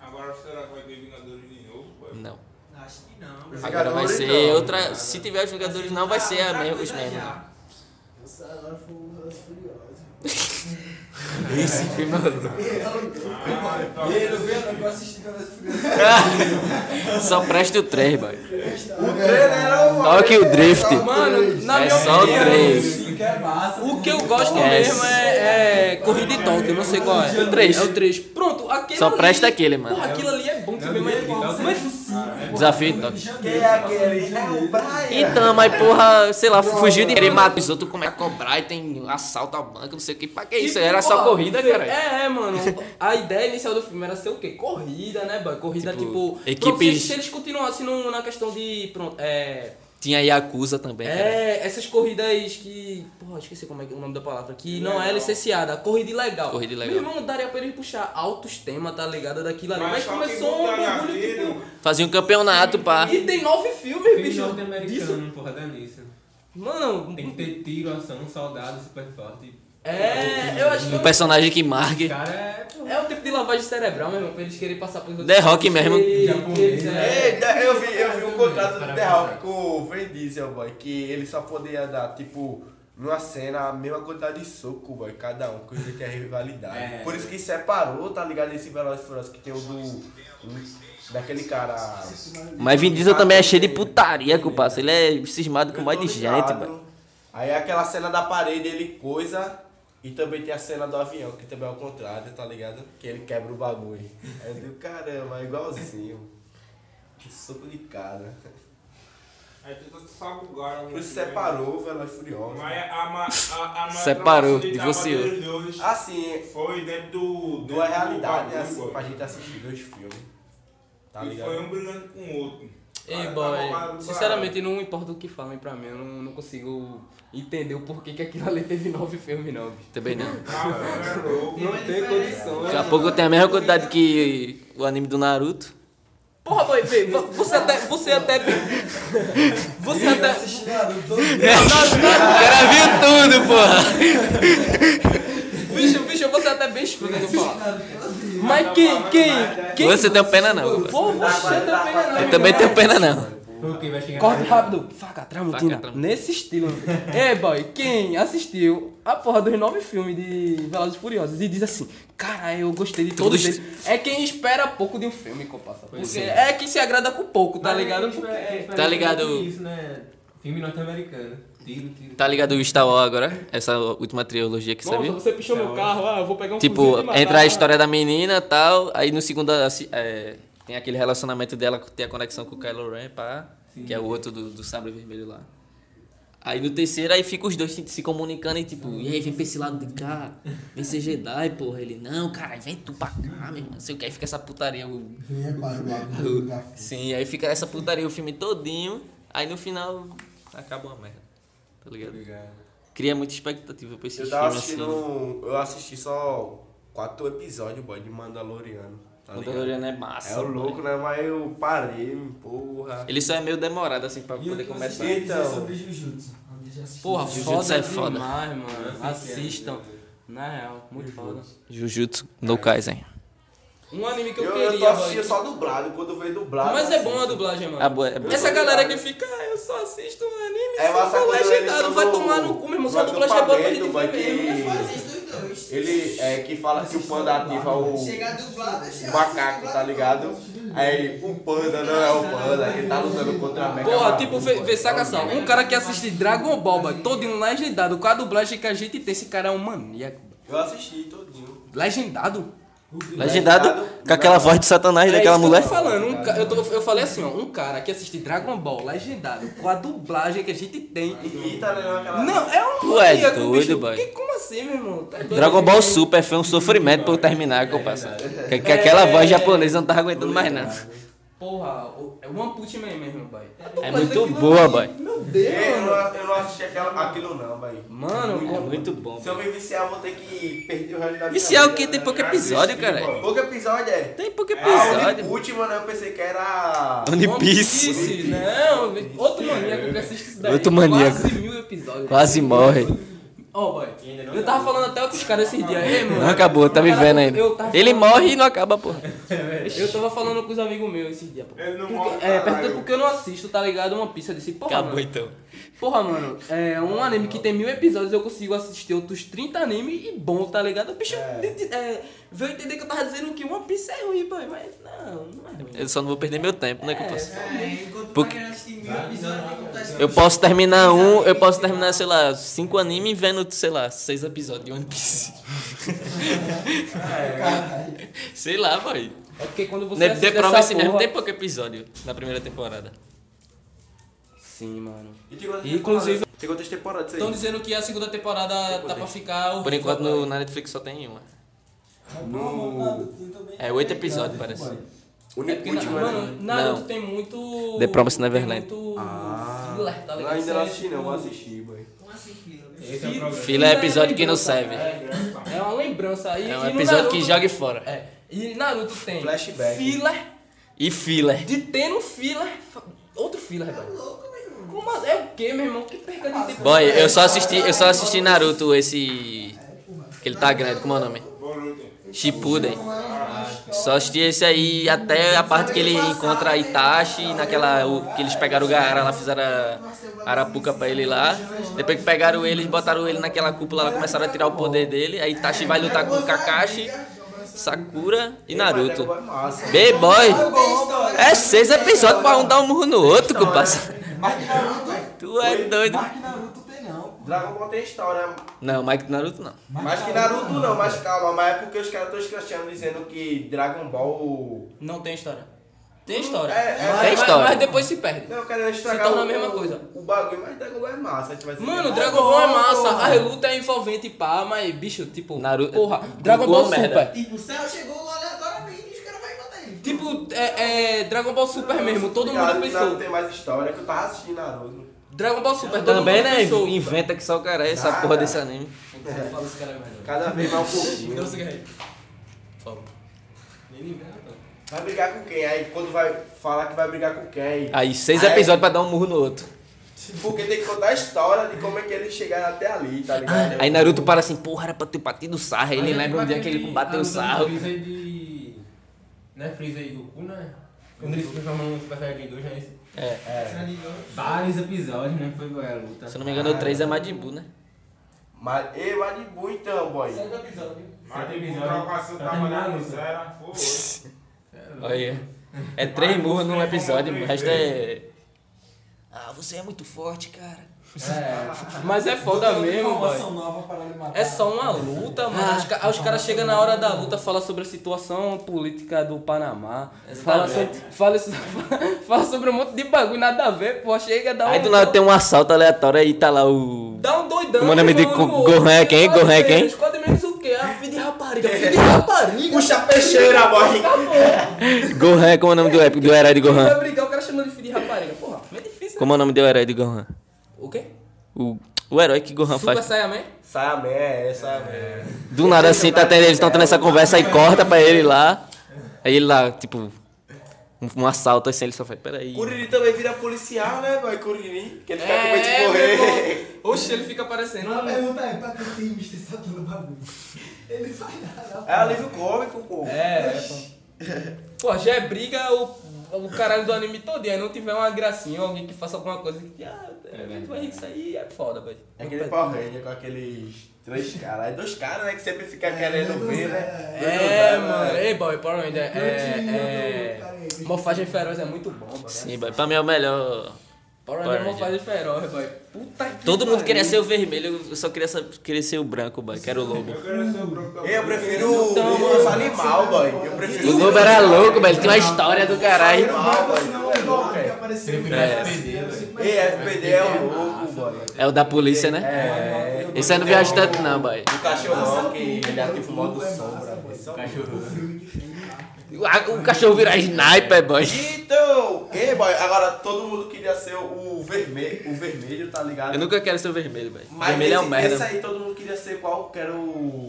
Agora será que vai ter Vingadores de novo, boy?
Não.
Acho que não.
Os
Agora vai
Vingadores
ser
não.
outra. Se tiver os Vingadores, não vai
Ah,
ser a mesma, os mesmos.
Essa hora foi um das furiosas.
Esse filme.
Ah, então.
Ele vendo, eu assisti quando eu fui
Só presta o 3, boy.
O trailer
é
era o.
Toque o drift.
Mano, na
É
minha
só
opinião,
três.
Cinco é massa.
O que eu gosto
Esquece.
mesmo é, é corrida e tonto, eu não sei qual é. O 3. É o 3. Pronto, aquele
Só
ali-
presta aquele, mano.
Porra, aquilo ali é bom que você vê, mas mas-
Ah, é.
Desafio e toque.
Quem é aquele?
né?
Então, mas porra, sei lá, fugiu de querer matar os outros, como é que cobrar e tem assalto ao banco, não sei o que. Pra que É isso?
E,
Era só
porra,
corrida,
fe-
cara.
Tipo, É, é, mano. A ideia inicial do filme era ser o quê? Corrida, né, boy? Corrida,
Tipo,
tipo...
equipes-
pronto, se, se eles continuassem no- na questão de... Pronto, é...
Tinha Yakuza também, cara.
É, essas corridas que. Porra, esqueci como é que- o nome da palavra. Que não é
Ilegal.
licenciada, corrida ilegal.
Corrida ilegal.
Meu irmão, daria pra ele puxar altos temas, tá ligado? Daquilo ali.
Mas
Mas,
só que
começou um
botaram
bagulho
aquilo.
tipo.
Fazia um campeonato, pá.
E tem nove filmes,
Filme
bicho. Disso.
norte-americano, porra, dá nisso.
Mano,
Tem que ter tiro, ação, soldado super forte.
é. Eu acho que.
Um personagem que marque.
O cara é. porra,
É o tipo de lavagem cerebral, meu irmão, pra eles querem passar por
The Rock mesmo.
né?
Ei, eu vi, eu vi um contrato do The Rock com o Vin Diesel, boy, que ele só poderia dar, tipo, numa cena, a mesma quantidade de soco, boy, cada um, coisa que é rivalidade.
É.
Por isso que separou, tá ligado? Esse Velozes e Furiosos que tem o do... um- daquele cara...
Mas Vin Diesel também é cheio de putaria, cumparça. Ele é cismado com um monte de gente,
ligado.
pô.
Aí é aquela cena da parede, ele coisa... E também tem a cena do avião, que também é o contrário, tá ligado? Que ele quebra o bagulho. Aí eu digo, caramba, é igualzinho. Um soco de cara.
Aí tu só bugaram.
Por isso separou, velho, é furioso.
né? Mas a, ma- a, a
Separou,
de
divorciou.
Assim,
Foi dentro do. dentro
duas realidades, né?
do bagulho,
é Assim,
boy.
pra gente assistir dois filmes. Tá
e foi
ligado?
um brigando com o outro.
Ei,
Cara,
boy,
tá roubado,
sinceramente não importa o que falem pra mim, eu não, não consigo entender o porquê que aquilo ali teve nove filmes, não, bicho.
Também não.
Cara, é louco.
Não tem condição.
Daqui a pouco tem a mesma quantidade que o anime do Naruto.
Porra, boy, vê, vo- você até. Você até. Você até.
O cara viu tudo, porra.
Bicho, bicho, você até bem escuro que eu falo. Mas quem, quem, quem.
Você tem pena não,
Vou,
pô.
você tem pena não.
Eu também tenho pena não.
Ok, vai chegar.
Corte
na-
rápido, faca, tramontina.
Faca, tramontina.
Nesse estilo. é, boy, quem assistiu a porra dos nove filmes de Velozes e Furiosos e diz assim, cara, eu gostei de todos
Todos-
eles. É quem espera pouco de um filme, comparsa.
Pois
Porque
é.
é quem se agrada com pouco, tá
Mas
ligado?
é,
Porque-
é, é,
Tá ligado?
Isso, né? Filme norte-americano. Tiro, tiro.
Tá ligado o Star Wars agora? Essa última trilogia que
Nossa,
saiu.
você pichou meu carro, ah, eu vou pegar um fuzil e
Tipo,
matar.
entra a história da menina tal, aí no segundo assim, é, tem aquele relacionamento dela, tem a conexão com o Kylo Ren, pá, que é o outro do, do sabre vermelho lá. Aí no terceiro, aí fica os dois se, se comunicando e tipo, e aí, vem pra esse lado de cá, vem ser Jedi, porra. Ele, não, cara, vem tu pra cá, meu irmão, não sei o que, aí fica essa putaria. o-
Vem, é, pai, o bagulho da
o- sim, aí fica essa putaria o filme todinho, aí no final acaba uma merda, tá ligado? Cria muita expectativa pra esses
Eu tava
filmes assim.
assistindo. Eu assisti só quatro episódios, boy, de Mandaloriano. tá
o
ligado?
Doriano é
É
massa.
o louco, né? Mas eu parei, porra.
Ele só é meio demorado assim pra
E o
poder
que vocês
começar.
é
têm a dizer
Então.
sobre Jujutsu? Alguém já assistiu?
Porra,
Jujutsu
foda
é
é
foda.
demais, mano. Assistam. Na real, muito foda.
Jujutsu no Kaisen.
Um anime que eu,
Eu,
queria,
eu tô assistindo
boy.
só dublado, quando veio dublado. assim,
Mas é bom a dublagem, mano.
Ah, boa, é boa.
Essa galera que fica, ah, eu só assisto um anime,
É,
se
mas
for
quando eles
legendado,
estão
vai
no-
tomar no cu, meu irmão. Só
no
dublagem é boa pra gente
acampamento, vai
ver
ter-
mesmo.
Faz os dois.
Ele é que fala que o panda ativa o
Chegar dublado, chegar
macaco,
é
tá ligado? Aí o panda não é o panda, ele tá lutando contra a mega.
Porra,
Babu,
tipo, vê,
boy.
vê sacação. Um cara que assiste Dragon Ball, boy, todinho legendado, com a dublagem que a gente tem, esse cara é um maníaco. boy.
Eu assisti todinho.
Legendado?
Legendado com aquela voz de Satanás
É
daquela
isso que
mulher.
eu tô falando. Um ca- eu, tô- eu falei assim, ó, um cara que assiste Dragon Ball legendado, com a dublagem que a gente tem.
E, e tá ligado aquela.
Não, é um
Tu é
maníaco,
doido,
bicho.
boy.
Que, como assim, meu irmão? Tá doido?
Dragon Ball Super foi um sofrimento pra eu terminar, comparsa. Que, que aquela voz japonesa eu não tava aguentando mais nada.
Porra, o- é One Punch Man mesmo, boy.
É muito boa, boy.
Meu
Eu
Deus, mano.
não, eu não assisti aquela, aquilo não, velho.
Mano,
É
como-
muito bom.
Se eu me viciar, eu vou ter que perder o resto da minha
Viciar o
vida,
quê? Tem
né?
pouco episódio, cara.
Pouco episódio é.
Tem pouco
Ah,
episódio.
o último, né? Eu pensei que era.
One
One
Piece.
Piece, Não, velho. outro maníaco que assiste isso daí.
Outro maníaco.
Quase mil episódios.
Quase morre.
Ó, boy. Eu tava falando até com os caras esses dias. Ei, mano.
Não acabou, tá me
Cara,
vendo ainda.
eu tava
Ele
falando-
morre e não acaba, porra.
Eu tava falando com os amigos meus esses dias, pô.
Ele não
Porque-
morre,
é,
caralho.
perguntando porque eu não assisto, tá ligado? Uma pista desse porra.
Acabou
mano.
então.
Porra, mano, é um anime que tem mil episódios, eu consigo assistir outros 30 animes e bom, tá ligado? O bicho de- de- é, veio entender que eu tava dizendo que One Piece é ruim, boy, mas não, não é ruim.
Eu só não vou perder meu tempo, né, comparsa?
É, enquanto
Porque-
Porque... tá assistir mil episódios, tem que contar isso.
Eu posso terminar um, eu posso terminar, sei lá, cinco animes vendo, sei lá, seis episódios de One Piece. sei lá, boy.
É porque quando você
Né, The
assiste
Promise
essa
mesmo
porra...
tem pouco episódio na primeira temporada.
Sim, mano.
E tem quantas
Inclusive- Então-
temporadas? Tem quantas temporadas aí?
Estão dizendo que a segunda temporada tá pra ficar o
Por enquanto no, na Netflix só tem uma. É oito episódios, parece.
O
É porque,
único
na,
último, né?
mano, Naruto
Não.
tem muito...
The Promise Neverland.
Neverland. muito...
Ah.
filler, tá
Eu
ligado?
ainda não
Sério,
assisti, não.
tipo,
Vou assistir, boy.
Como assim, filho?
Esse é o problema.
Fila é episódio
lembrança,
que não serve.
cara. É uma lembrança. E,
É um
e no
episódio que
Naruto-
joga fora.
É. E Naruto tem
Flashback.
filler,
E filler.
de ter um filler, fa- outro filler, velho.
Louco, meu irmão.
Como a- é o que, meu irmão? Que perca de tempo. é
Boy, eu só assisti, eu só assisti Naruto esse. Que ele tá grande, como é o nome? Shippuden. Só assisti esse aí até a parte que ele encontra Itachi naquela. o- que eles pegaram o Gaara lá, fizeram a Arapuca pra ele lá. Depois que pegaram ele, botaram ele naquela cúpula lá, começaram a tirar o poder dele. Aí Itachi vai lutar com Kakashi, Sakura e Naruto.
É massa.
B-boy!
Tem história.
É seis episódios pra um dar um murro no outro, comparsa.
Mas Naruto,
Tu é doido.
mas Naruto tem não. pô.
Dragon Ball tem história.
Não, Mike do Naruto não.
Mas que Naruto não, mas calma. Mas é porque os caras estão escrachando dizendo que Dragon Ball.
Não tem história. Tem história.
É, é.
Mas-
Tem
mas-
história.
Mas, depois se perde.
Não, eu quero estragar
torna
o,
a mesma coisa.
o bagulho, mas Dragon Ball é massa. A gente vai se
Mano,
divertir.
Dragon Ball é
Oh.
massa, a luta é envolvente e pá, mas bicho, tipo,
Naruto-
porra, Dragon
Goku é
Ball
uma
Super.
merda.
Tipo, o céu chegou aleatoriamente e os caras vão matar ele.
Tipo, é, é Dragon Ball Super mesmo, todo mundo
Obrigado, Naruto
pensou.
tem mais história que eu tava assistindo Naruto. né?
Dragon Ball Super, todo
Também,
mundo
né?
pensou.
Inventa que só o cara é essa
Nada.
porra desse anime.
Fala esse cara melhor.
Cada vez mais um pouquinho.
Dá um cigarro aí.
Vai brigar com quem? Aí quando vai falar que vai brigar com quem?
Aí, seis
Aí-
episódios pra dar um murro no outro.
Porque tem que contar a história de como é que eles chegaram até ali, tá ligado?
Aí Naruto para assim, porra, era pra ter batido o sarro. Aí
Mas
Ele
é
lembra um
tipo
dia que
aquele-
ele
a
bateu o
luta do
sarro.
Freeza e de... Não é Freeza e Goku, né? Quando eles se transformam no Super Saiyajin 2, né? Esse-
É.
Vários episódios, né? Foi boa a luta.
Se eu não me engano, o 3 é Majin Buu, né?
Mas, ei, mas de boa então, boy.
Mas tem Tá que trocar tava na luz, era foda.
Olha. É três
Mas
murros num
você
episódio,
falou
o resto
três
é. Ah, você é muito forte, cara.
Mas é foda
Tem
mesmo, boy.
informação nova para ele matar.
É só uma luta,
Ah,
mano. Os, ca- os caras chegam na hora da luta, falam sobre a situação política do Panamá. Fala sobre, fala, so- fala sobre um monte de bagulho, nada a ver, pô. Chega, dá um.
Aí do lado tem um assalto aleatório aí tá lá o.
Dá um doidão.
Como é o nome de
irmão,
Go-
no
Gohan é
outro.
quem?
Quatro
Gohan é quem?
menos, Quatro menos o quê? Ah, filho de rapariga. Filho de
É.
rapariga.
Puxa a peixeira, boy.
Gohan, como é o nome do, ép- do herói de
Quem vai
Gohan?
brigar, o cara chamando de filho de rapariga. Porra, é difícil. né?
Como é o nome do herói de Gohan?
O quê?
O, o herói que Gohan
Super
faz.
Saiyaman?
Sai a merda, sai a merda.
É.
assim, tá Do nada assim, tá tendo, eles estão tendo essa conversa aí corta pra ele lá. Aí ele lá, tipo, um, um assalto assim, ele só faz, peraí.
Curiri também vira policial, né, boy? Curiri. Que ele fica com medo de
É,
morrer.
meu irmão. Oxe, ele fica parecendo.
Uma pergunta é, pra que tem Mr. Satan no bagulho? Ele sai da...
É alívio cômico, pô.
É, é, pô. Pô, já é briga o, o caralho do anime todo e aí não tiver uma gracinha ou alguém que faça alguma coisa que. Ah, é isso aí é foda, velho.
É aquele Power Ranger com aqueles três caras. Aí dois caras, né, que sempre fica querendo ver, né?
É,
Não dá,
mano. Ei, boy, Power Ranger. É, é, Mofagem Feroz é muito bom, mano.
Sim, boy, pra mim é o melhor.
Power
Power
Ranger é Mofagem Feroz, boy. Puta que
Todo mundo
pariu.
queria ser o vermelho, eu só queria, sa- queria ser o branco, boy, que era o lobo.
Eu quero ser o próprio.
Eu prefiro
é um
o urso
assim,
animal,
né?
boy. Eu prefiro
O lobo era louco, boy, ele tinha uma história do caralho.
Não é bom, que apareceu.
Ei, FPD é o louco, boy.
É o da polícia, né?
É.
Esse aí não viaja tanto não, boy.
O cachorrão que ele ativa o modo sombra, boy.
O a- O cachorro virar sniper, boy.
Então, ei, boy, agora todo mundo queria ser o vermelho, o vermelho, tá ligado?
Eu nunca quero ser o vermelho, boy.
Mas
Vermelho é um
esse, esse
merda.
aí todo mundo queria ser qual? Que era o.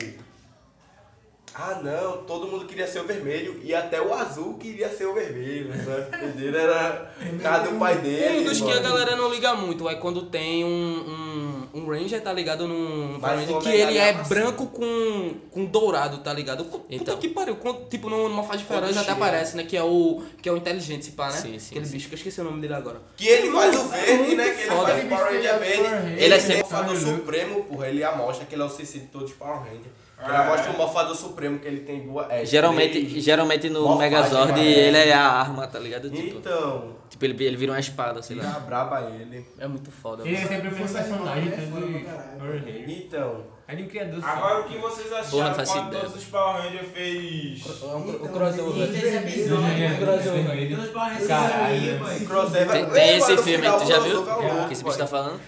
Ah não, todo mundo queria ser o vermelho e até o azul queria ser o vermelho. Né? O dele era cada um pai dele.
Um dos que a
mano.
galera não liga muito é quando tem um, um, um Ranger, tá ligado? Num Power Ranger
como
que
é
ele é
galera,
branco com, com dourado, tá ligado? Puta
Então.
que pariu, quando- tipo numa fase
Quando
feroz até
chega.
aparece, né? Que é o, que é o inteligente, se pá, né?
Sim, sim,
Aquele
sim.
bicho que eu esqueci o nome dele agora.
Que ele faz o verde,
É muito
né? Que ele
foda.
faz o Power Ranger verde.
Ele é sempre-
Mofador Supremo, porra, ele amostra que ele é o CC de todos os Power Rangers. Ele amostra o Mofador Supremo que ele tem duas. É,
Ah, é. Geralmente,
três-
geralmente no
Mofagem,
Megazord
boy.
ele é a arma, tá ligado? Tipo,
Então,
tipo ele, ele vira uma espada, sei lá.
fica braba ele.
É muito foda.
é sempre
um
o mesmo personagem,
é
tanto...
Então.
Ele é um criador.
Agora o que vocês
Porra, não
acharam
faz
quando
ideia.
todos os Power Rangers fez.
O
E desse episódio,
vermelho.
Deus barra
Caralho.
aí, boy.
Crossover.
Tem,
Ei,
tem esse
mano, no
filme,
final,
tu já
o
viu?
crossover é louco,
Que esse bicho
boy.
tá falando?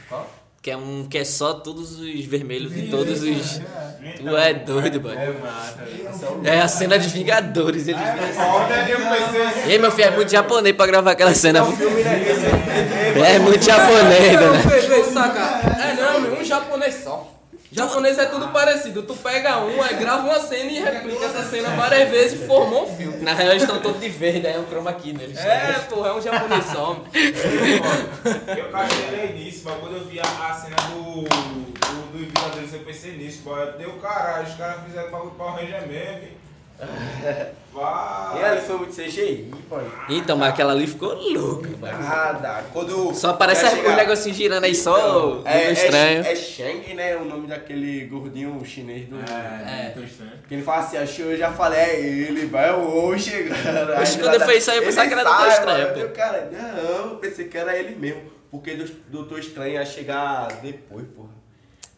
Que é um que é só todos os vermelhos de todos os. Tu é doido, boy.
massa.
É a cena de Vingadores, eles
É,
Olha, eu pensei assim.
Ei, meu filho, é muito japonês pra gravar aquela cena.
É um filme, né? Esse é-
É muito japonês,
um
né?
Vê, vê, saca? É não, meu, um japonês só. Japonês é tudo parecido. Tu pega um, aí grava uma cena e replica essa cena várias vezes e formou um filme.
Na real, eles estão todos de verde, aí é um chroma aqui neles.
É, porra, é um japonês só.
Eu cachelei nisso, mas quando eu vi a, a cena do, do, dos Vingadores, eu pensei nisso, bora. Deu caralho, os caras fizeram bagulho pra Ranger mesmo. hein?
E
Vai.
ela foi muito CGI, pô.
Então, mas aquela ali ficou louca, mano.
Nada. Quando.
Só aparece
vai
o
chegar-
negocinho girando aí só.
É, é,
É, estranho.
É, Shang, né? O nome daquele gordinho chinês do.
É, tô estranho.
Que ele fala assim, achou, eu já falei, é ele, vai o Ou chegando.
Oxe, quando eu fiz isso aí, eu pensava que era Doutor Estranho, pô.
Eu, cara, não, eu pensei que era ele mesmo. Porque do- Doutor Estranho ia chegar depois, porra.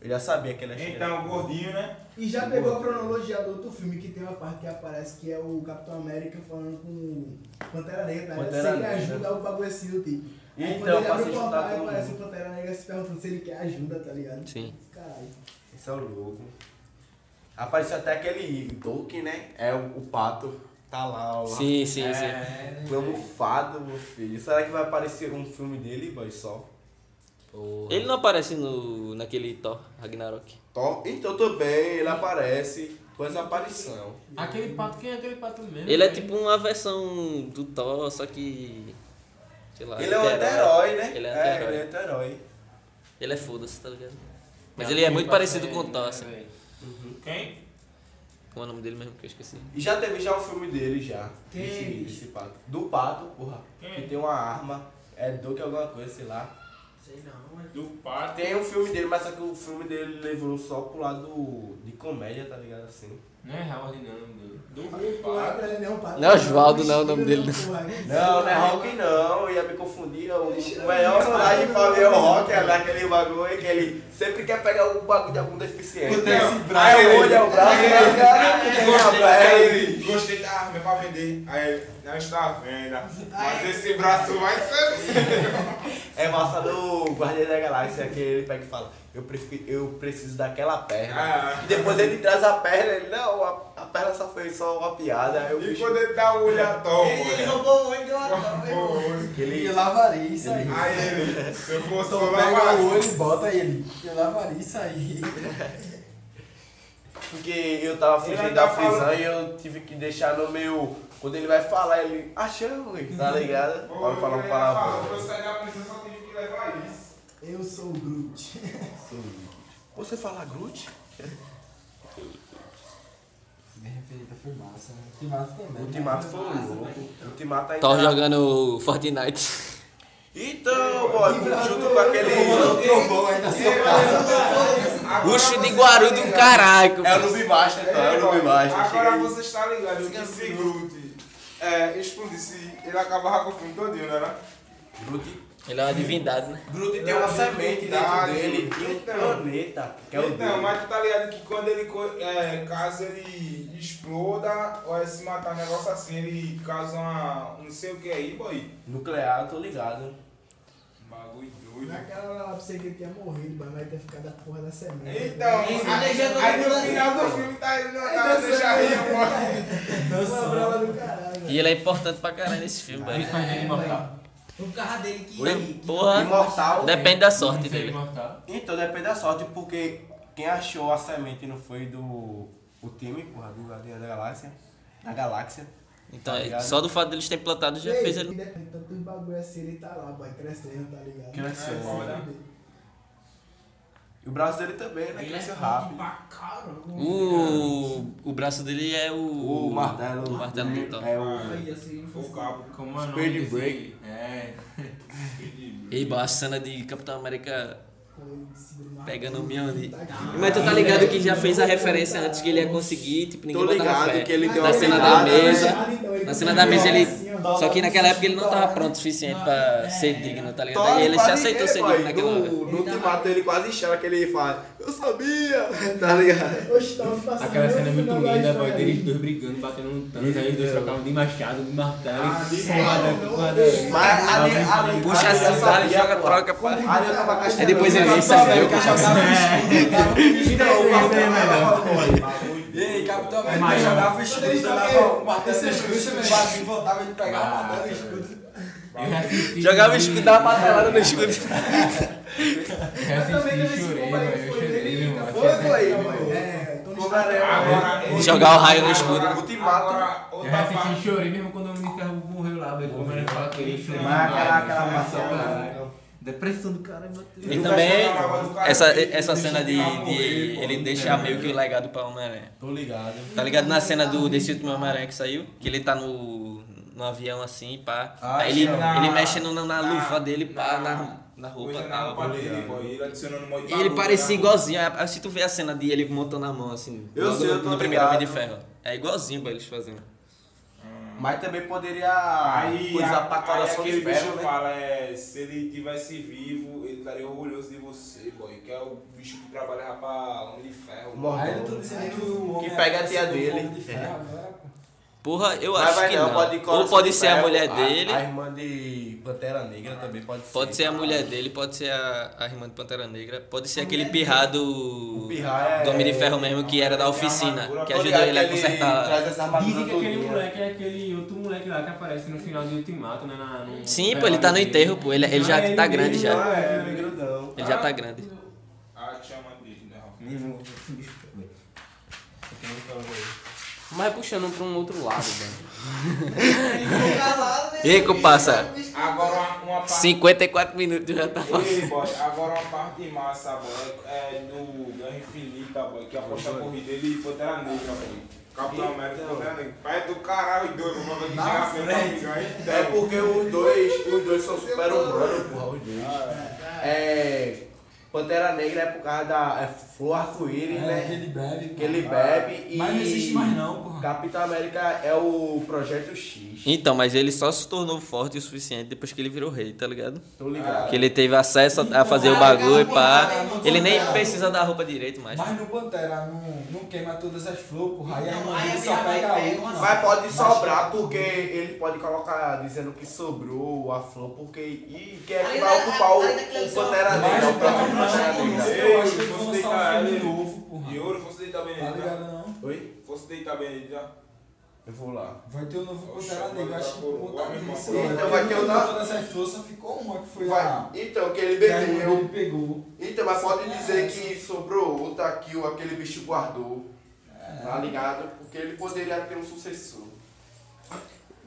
Eu já sabia que ele ia chegar.
Então, gordinho, né?
E já pegou a cronologia do outro filme que tem uma parte que aparece que é o Capitão América falando com o Pantera Negra, né?
Pantera
Se ele
Negra.
ajuda o bagulho assim do tipo. Aí
Então,
quando ele
pra
abre o
se
portal,
juntar
aí
todo
aparece o
mundo.
Pantera Negra se perguntando se ele quer ajuda, tá ligado?
Sim.
Caralho.
Esse é o louco. Apareceu até aquele Tolkien, né? É o, o pato. Tá lá, o
Sim,
É,
sim,
é-
sim.
É.
né?
camuflado, meu filho. Será que vai aparecer um filme dele, boy, só?
Ele não aparece no, naquele Thor, Ragnarok.
Tom? Então tô bem, ele aparece com essa aparição.
Aquele pato, quem é aquele pato mesmo?
Ele é tipo uma versão do Thor, só que. Sei lá.
ele é um anti-herói, né?
Tá, Ele é
é,
anti-herói.
ele é anti-herói.
Ele é foda-se, tá ligado? Mas ele é muito parecido com o Thor, assim.
Quem?
Qual é o nome dele mesmo que eu esqueci?
E já teve já o filme dele, já.
Tem.
Esse, esse pato. Do pato, porra.
Tem.
Que tem uma arma. É Duke alguma coisa, sei lá.
Sei não, mas...
Do pato.
Tem um filme dele, mas só que o filme dele levou só pro lado de comédia, tá ligado? Assim.
Não é Howard, não, meu.
Do
Não,
pato.
ele não é um pato.
Não é Oswaldo, não, o nome dele
né?
não.
Não, não é Rock não, ia me confundir. é um O melhor personagem pra mim é o Rock, é daquele bagulho que ele sempre quer pegar o bagulho de algum deficiente. Aí o olho é o braço, mas
Gostei,
cara, é ele.
gostei da arma, é pra vender. Aí, não está à venda. Mas esse braço vai ser.
É massa do Guardião da Galáxia, que ele pega e fala, eu, prefiro, eu preciso daquela perna.
Ah.
E depois ele traz a perna, ele, não, a, a perna só foi só uma piada. Aí o
E
bicho,
quando ele dá o olho à toa,
Ele roubou o olho de uma
Pô, olho.
que ele,
Lavariça aí.
Aí ele, se eu fosse
Então
lá,
pega o olho e bota ele. Que lavariça aí.
Porque eu tava fugindo
ainda
da prisão
fala-
e eu tive que deixar no meu. Quando ele vai falar, ele. Achamos, tá
Uhum.
ligado? Pode falar um
Quando eu
palavrão.
saí da prisão, só tive que levar isso.
Eu sou o Groot.
Você fala Groot?
Minha referida foi massa, né? Que massa também.
Ultimato foi louco. Ultimato tá. ainda.
Tava jogando Fortnite.
Então, boy,
né?
junto com aquele.
tá
Ucho de Guarudo, caraca.
É o Nubi Baixo, então. É o Nubi Baixo.
Agora você está ligado que se Groot é, explodisse, ele acabava com o filme todinho, né? né?
Groot.
Ele é uma divindade, né?
Groot tem uma semente dentro
verdade.
dele e um
Então.
planeta. Que é o
então,
dele.
mas tu tá ligado que quando ele, co- é, caso ele exploda ou ele se matar, um negócio assim, ele causa uma, um não sei o que aí, boy. Um
Nuclear, eu tô ligado.
Bagulho doido.
Naquela lá pra você que ele tinha morrido, mas vai ter ficado a porra da semana.
Então, aí,
Esse deixa todo
aí no
mundo
final do filme tá ele não tá deixa rir, boy.
Uma brava do caralho.
E ele é importante pra caralho nesse filme, velho.
O carro dele que.
Oi,
que-
Porra,
Imortal.
depende da sorte dele.
Então depende da sorte, porque quem achou a semente não foi do o time, porra, do Guardião da Galáxia. Da Galáxia.
Então, é, só do fato deles terem plantado já
Ei,
fez ele.
independente, Tantos bagulho assim, ele tá lá, boy, crescendo, né? tá ligado?
Crescendo.
Vai se fuder.
E o braço dele também, né?
Ele é
Cresceu
rápido.
rápido.
Pra caramba.
Uh. O, o braço dele é o.
O martelo.
O martelo do Thor.
É o.
Aí, assim, não foi
O cabo.
Como é o
Speed
desse-
Break.
É.
Ei, a cena de Capitão América
Com ele se dando
pegando o
uma-
Mione.
Tá aqui.
Mas tu tá ligado que já fez a referência antes que ele ia conseguir, tipo, ninguém
Tô
botava
ligado
fé.
que ele deu
Na
uma
cena da
peidada, né?
mesa.
Então, ele
Na cena da mesa ele.
assim, ó,
Só que naquela época ele não tava
dólar.
pronto o suficiente pra ser digno, tá ligado?
Thor
Aí ele se
quase-
aceitou
é,
ser
boy,
digno naquela hora.
No, no ultimato ele quase chora que ele fala, eu sabia, tá ligado?
Oxe, tava passando
Aquela cena
no
é muito
final da
linda,
história.
boy,
é
deles dois brigando, batendo no tanto, aí os dois trocavam de machado, de martelo,
Ah, de
de porrada, porrada.
Mas ali, ali,
Puxa
ali,
assim,
eu
vale,
sabia,
joga,
pô.
troca, pô.
Ali eu tava gastando.
Aí depois ele
dinheiro.
vem, sabe? Eu jogava.
Ei, Capitão
É
América
maior.
jogava o escudo,
tá
jogava o martelo do escudo, ele batia e voltava, ele pegava o martelo do escudo.
Eu já assisti.
Jogava o escudo, dava martelada no escudo.
Eu assisti, chorei, mano. Eu chorei, meu irmão.
Foi, foi.
É, Tony
Homem-Aranha.
Agora,
Jogar o raio no escudo.
agora,
Ultimato.
Agora,
Eu
outra
já assisti,
parte.
chorei mesmo quando o homem de ferro morreu lá, velho. Como ele fala que ele chorou.
Mas aquela-
demais,
aquela
mano. Chorou,
maçã,
caralho. Depressão do cara, meu Deus.
E também essa, essa cena de, de ele, ele deixar meio que o legado pra Homem-Aranha.
Tô ligado.
Tá ligado na cena do desse último Homem-Aranha que saiu? Que ele tá no, no avião assim, pá.
Ah,
Aí ele,
sim.
ele mexe no- na, na
Na-
luva dele, pá,
na-
na, na roupa
Coisa
e
na
tal.
roupa dele, boy, ele adicionando muito
E ele
bagulho,
parecia
né?
igualzinho. aí- aí Se tu vê a cena de ele montando a mão assim,
Eu
logo
sei, eu
no,
tô
no primeiro Homem de
ligado.
Ferro. É igualzinho pra eles fazendo.
Mas também poderia
Aí,
coisar pra
aí
coração
aquele
de ferro,
bicho
né?
fala, é, se ele tivesse vivo, ele estaria orgulhoso de você, boy. Que é o bicho que trabalhava pra Homem de Ferro.
Mordomo.
Aí eu tô dizendo que o homem
pega a tia
é
dele.
fogo de ferro agora, pô.
Porra, eu
Mas
acho
vai
que
não,
não.
pode
Ou
coração
pode
de
ser a
ferro,
mulher dele,
A irmã de Pantera Negra também pode ser.
pode ser a mulher dele, pode ser a, a irmã de Pantera Negra, pode ser aquele pirrado
pirra é-
do Homem de Ferro mesmo que era da
é
oficina,
armadura,
que
Tô
ajudou
ligado
ele a
Traz
consertar.
essa armadura
Dizem que aquele
todinha.
moleque é aquele outro moleque lá que aparece no final de Ultimato, né? na- no-
Sim, pô, ele tá no enterro, pô. Ele, ele já
Ah,
tá
ele mesmo,
grande já.
Ah, é, ele é grandão.
Ele já tá grande.
Ah, chama dele, né?
Nem vou- esse bicho, velho. Eu tenho que falar com ele.
Mas puxando pra um outro lado, velho.
Ele ficou calado, né?
Ei, comparsa.
Agora, uma- uma parte...
54 minutos já tá
Ei, boy, agora uma parte massa, boy, é do Guerra Infinita, boy, que aposta a corrida dele e Pantera Negra, boy. Capitão América e Pantera Negra. Pai do caralho, os dois, mano, que chega feio pra brigar, hein?
É porque os dois, os dois são super humanos, porra, os dois.
Ah,
É. Pantera Negra é por causa da. É flor arco-íris,
É, que ele
né?
bebe.
Que ele
pô. Ah,
bebe e.
Mas não existe mais não, porra.
Capitão América é o Projeto X.
Então, mas ele só se tornou forte o suficiente depois que ele virou rei, tá ligado?
Tô ligado.
Que ele teve acesso a- a fazer o bagulho, pá. Ele nem precisa da roupa direito mais.
Mas no Pantera não, não queima todas as flores, porra. Aí a
Não,
irmã
aí
dele
a
só
minha mãe
pega
pega
uma.
uma
não.
Mas pode
Mas-
sobrar porque ele pode colocar dizendo que sobrou a flor, porque. E quem é que
Aí
vai
na-
ocupar o,
aí naquele
o Pantera
Mas
Negra?
não
o próximo Pantera
pode
Negra.
não, Eu acho que eles vão lançar um filme novo,
E
porra.
ouro, fosse deitar bem
Tá
nele, né?
ligado não?
Oi?
Fosse deitar bem nele, já.
Eu vou lá.
Vai ter o novo
Oxe, tá
Pantera Negra, eu acho que
agora
por
vai
conta
me
disso.
comprar.
Então vai ter o da-
Todas as flores só ficou uma que foi
Vai.
lá.
Então, que ele
Que a irmã
bebeu.
dele pegou.
Então, mas pode dizer que sobrou outra que o- aquele bicho guardou. Tá ligado? Porque ele poderia ter um sucessor.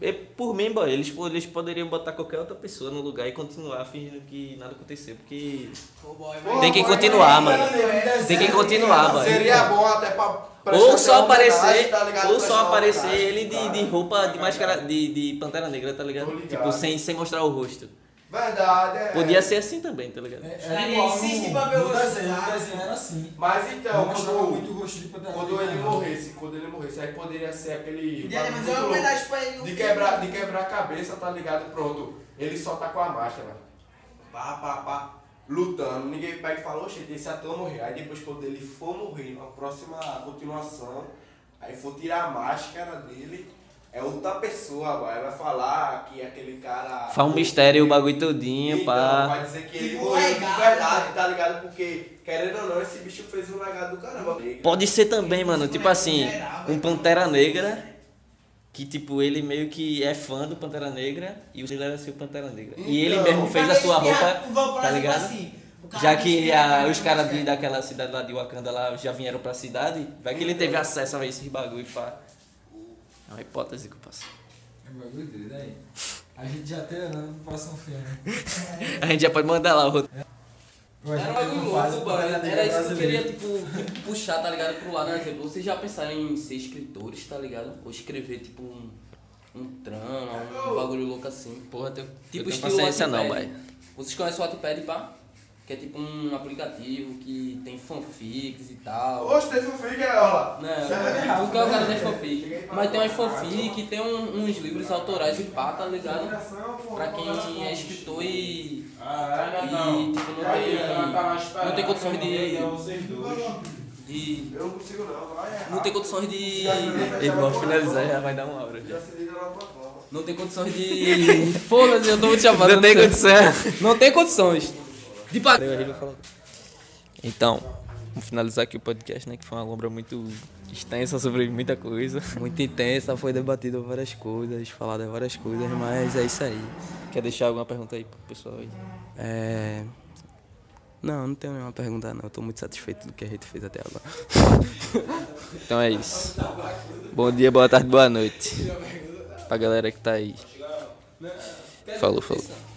É, por mim, boy, eles, po- eles poderiam botar qualquer outra pessoa no lugar e continuar fingindo que nada aconteceu, porque.
Ô, boy,
Pô,
Tem que
mas
continuar,
aí,
mano.
né,
Tem que continuar, mano.
Seria bom até pra. prestar
Ou
até
só
homenagem,
aparecer,
tá ligado?
ou
Prestar
só aparecer
homenagem, tá
ele de,
cara.
de roupa de máscara de, de pantera negra, tá ligado?
Tô ligado.
Tipo, sem, sem mostrar o rosto.
Verdade, é.
Podia ser assim também, tá ligado?
Estaria insiste pra ver o rosto.
era assim.
Mas
Não
então,
mostrava muito
quando,
o rosto de Pantera
quando
Negra,
ele
não.
morresse, quando ele morresse, aí poderia ser aquele.
Podia
bagulho
fazer é uma
louco
homenagem pra ele no
De
filme.
quebrar, de quebrar a cabeça, tá ligado? Pronto. Ele só tá com a máscara. Pá, pá, pá. Lutando. Ninguém pega e fala, oxe, esse ator morreu. Aí depois quando ele for morrer, na próxima continuação, aí for tirar a máscara dele, é outra pessoa agora. Vai falar que aquele cara.
Faz um mistério o bagulho todinho,
Então,
pá.
vai dizer que ele
Tipo,
morreu de
legado,
verdade,
né?
tá ligado? Porque, querendo ou não, esse bicho fez um legado do caramba.
Pode ser também, mano, tipo assim, um Pantera Negra. Que tipo, ele meio que é fã do Pantera Negra e o era seu Pantera Negra. E ele
Então,
mesmo fez a sua roupa, tá ligado?
assim,
assim,
Já que a-
né?
os caras de-
vida
daquela cidade lá de Wakanda lá já vieram pra cidade, vai que ele teve acesso a esses bagulho pá. É uma hipótese que eu passo.
É um bagulho doido aí. A gente já tem né, ano pro próximo filme.
A gente já pode mandar lá outro.
Pô, a
Era
gente
um bagulho
não faz
louco,
Pantera
mano.
Negra
Era isso que eu
brasileiro.
queria, tipo, tipo, puxar, tá ligado? Pro lado, né? Exemplo, vocês já pensaram em ser escritores, tá ligado? Ou escrever, tipo, um, um trama, um bagulho louco assim.
Porra, teu,
Tipo,
eu tenho
estilo
paciência não,
Wattpad.
vai.
Vocês conhecem o Wattpad, pá? Que é tipo um aplicativo que tem fanfics e tal.
Oxe, teve um filho, é ó.
Não, porque o cara não é fanfic. Mas tem umas fanfic, tem um- uns livros autorais e pá, tá ligado? Pra
tá
quem é escritor e.
Ah,
E,
não.
tipo, não
Aí,
tem-
ela tá lá esperando,
não tem condições
essa
de-
mulher é vocês dois.
de
Eu não consigo não, vai errar.
não tem condições de.
E vamos finalizar, já vai dar uma hora.
Já se liga lá pra prova.
Não tem condições de. Foda-se, eu tô te chamando.
Não tem condição.
Não tem condições. De pagar.
Então, vamos finalizar aqui o podcast, né? Que foi uma lombra muito extensa sobre muita coisa.
Muito intensa, foi debatido várias coisas, falado várias coisas, mas é isso aí.
Quer deixar alguma pergunta aí pro pessoal aí?
É. Não, não tenho nenhuma pergunta não. Eu tô muito satisfeito do que a gente fez até agora.
Então é isso. Bom dia, boa tarde, boa noite. Pra galera que tá aí. Falou, falou.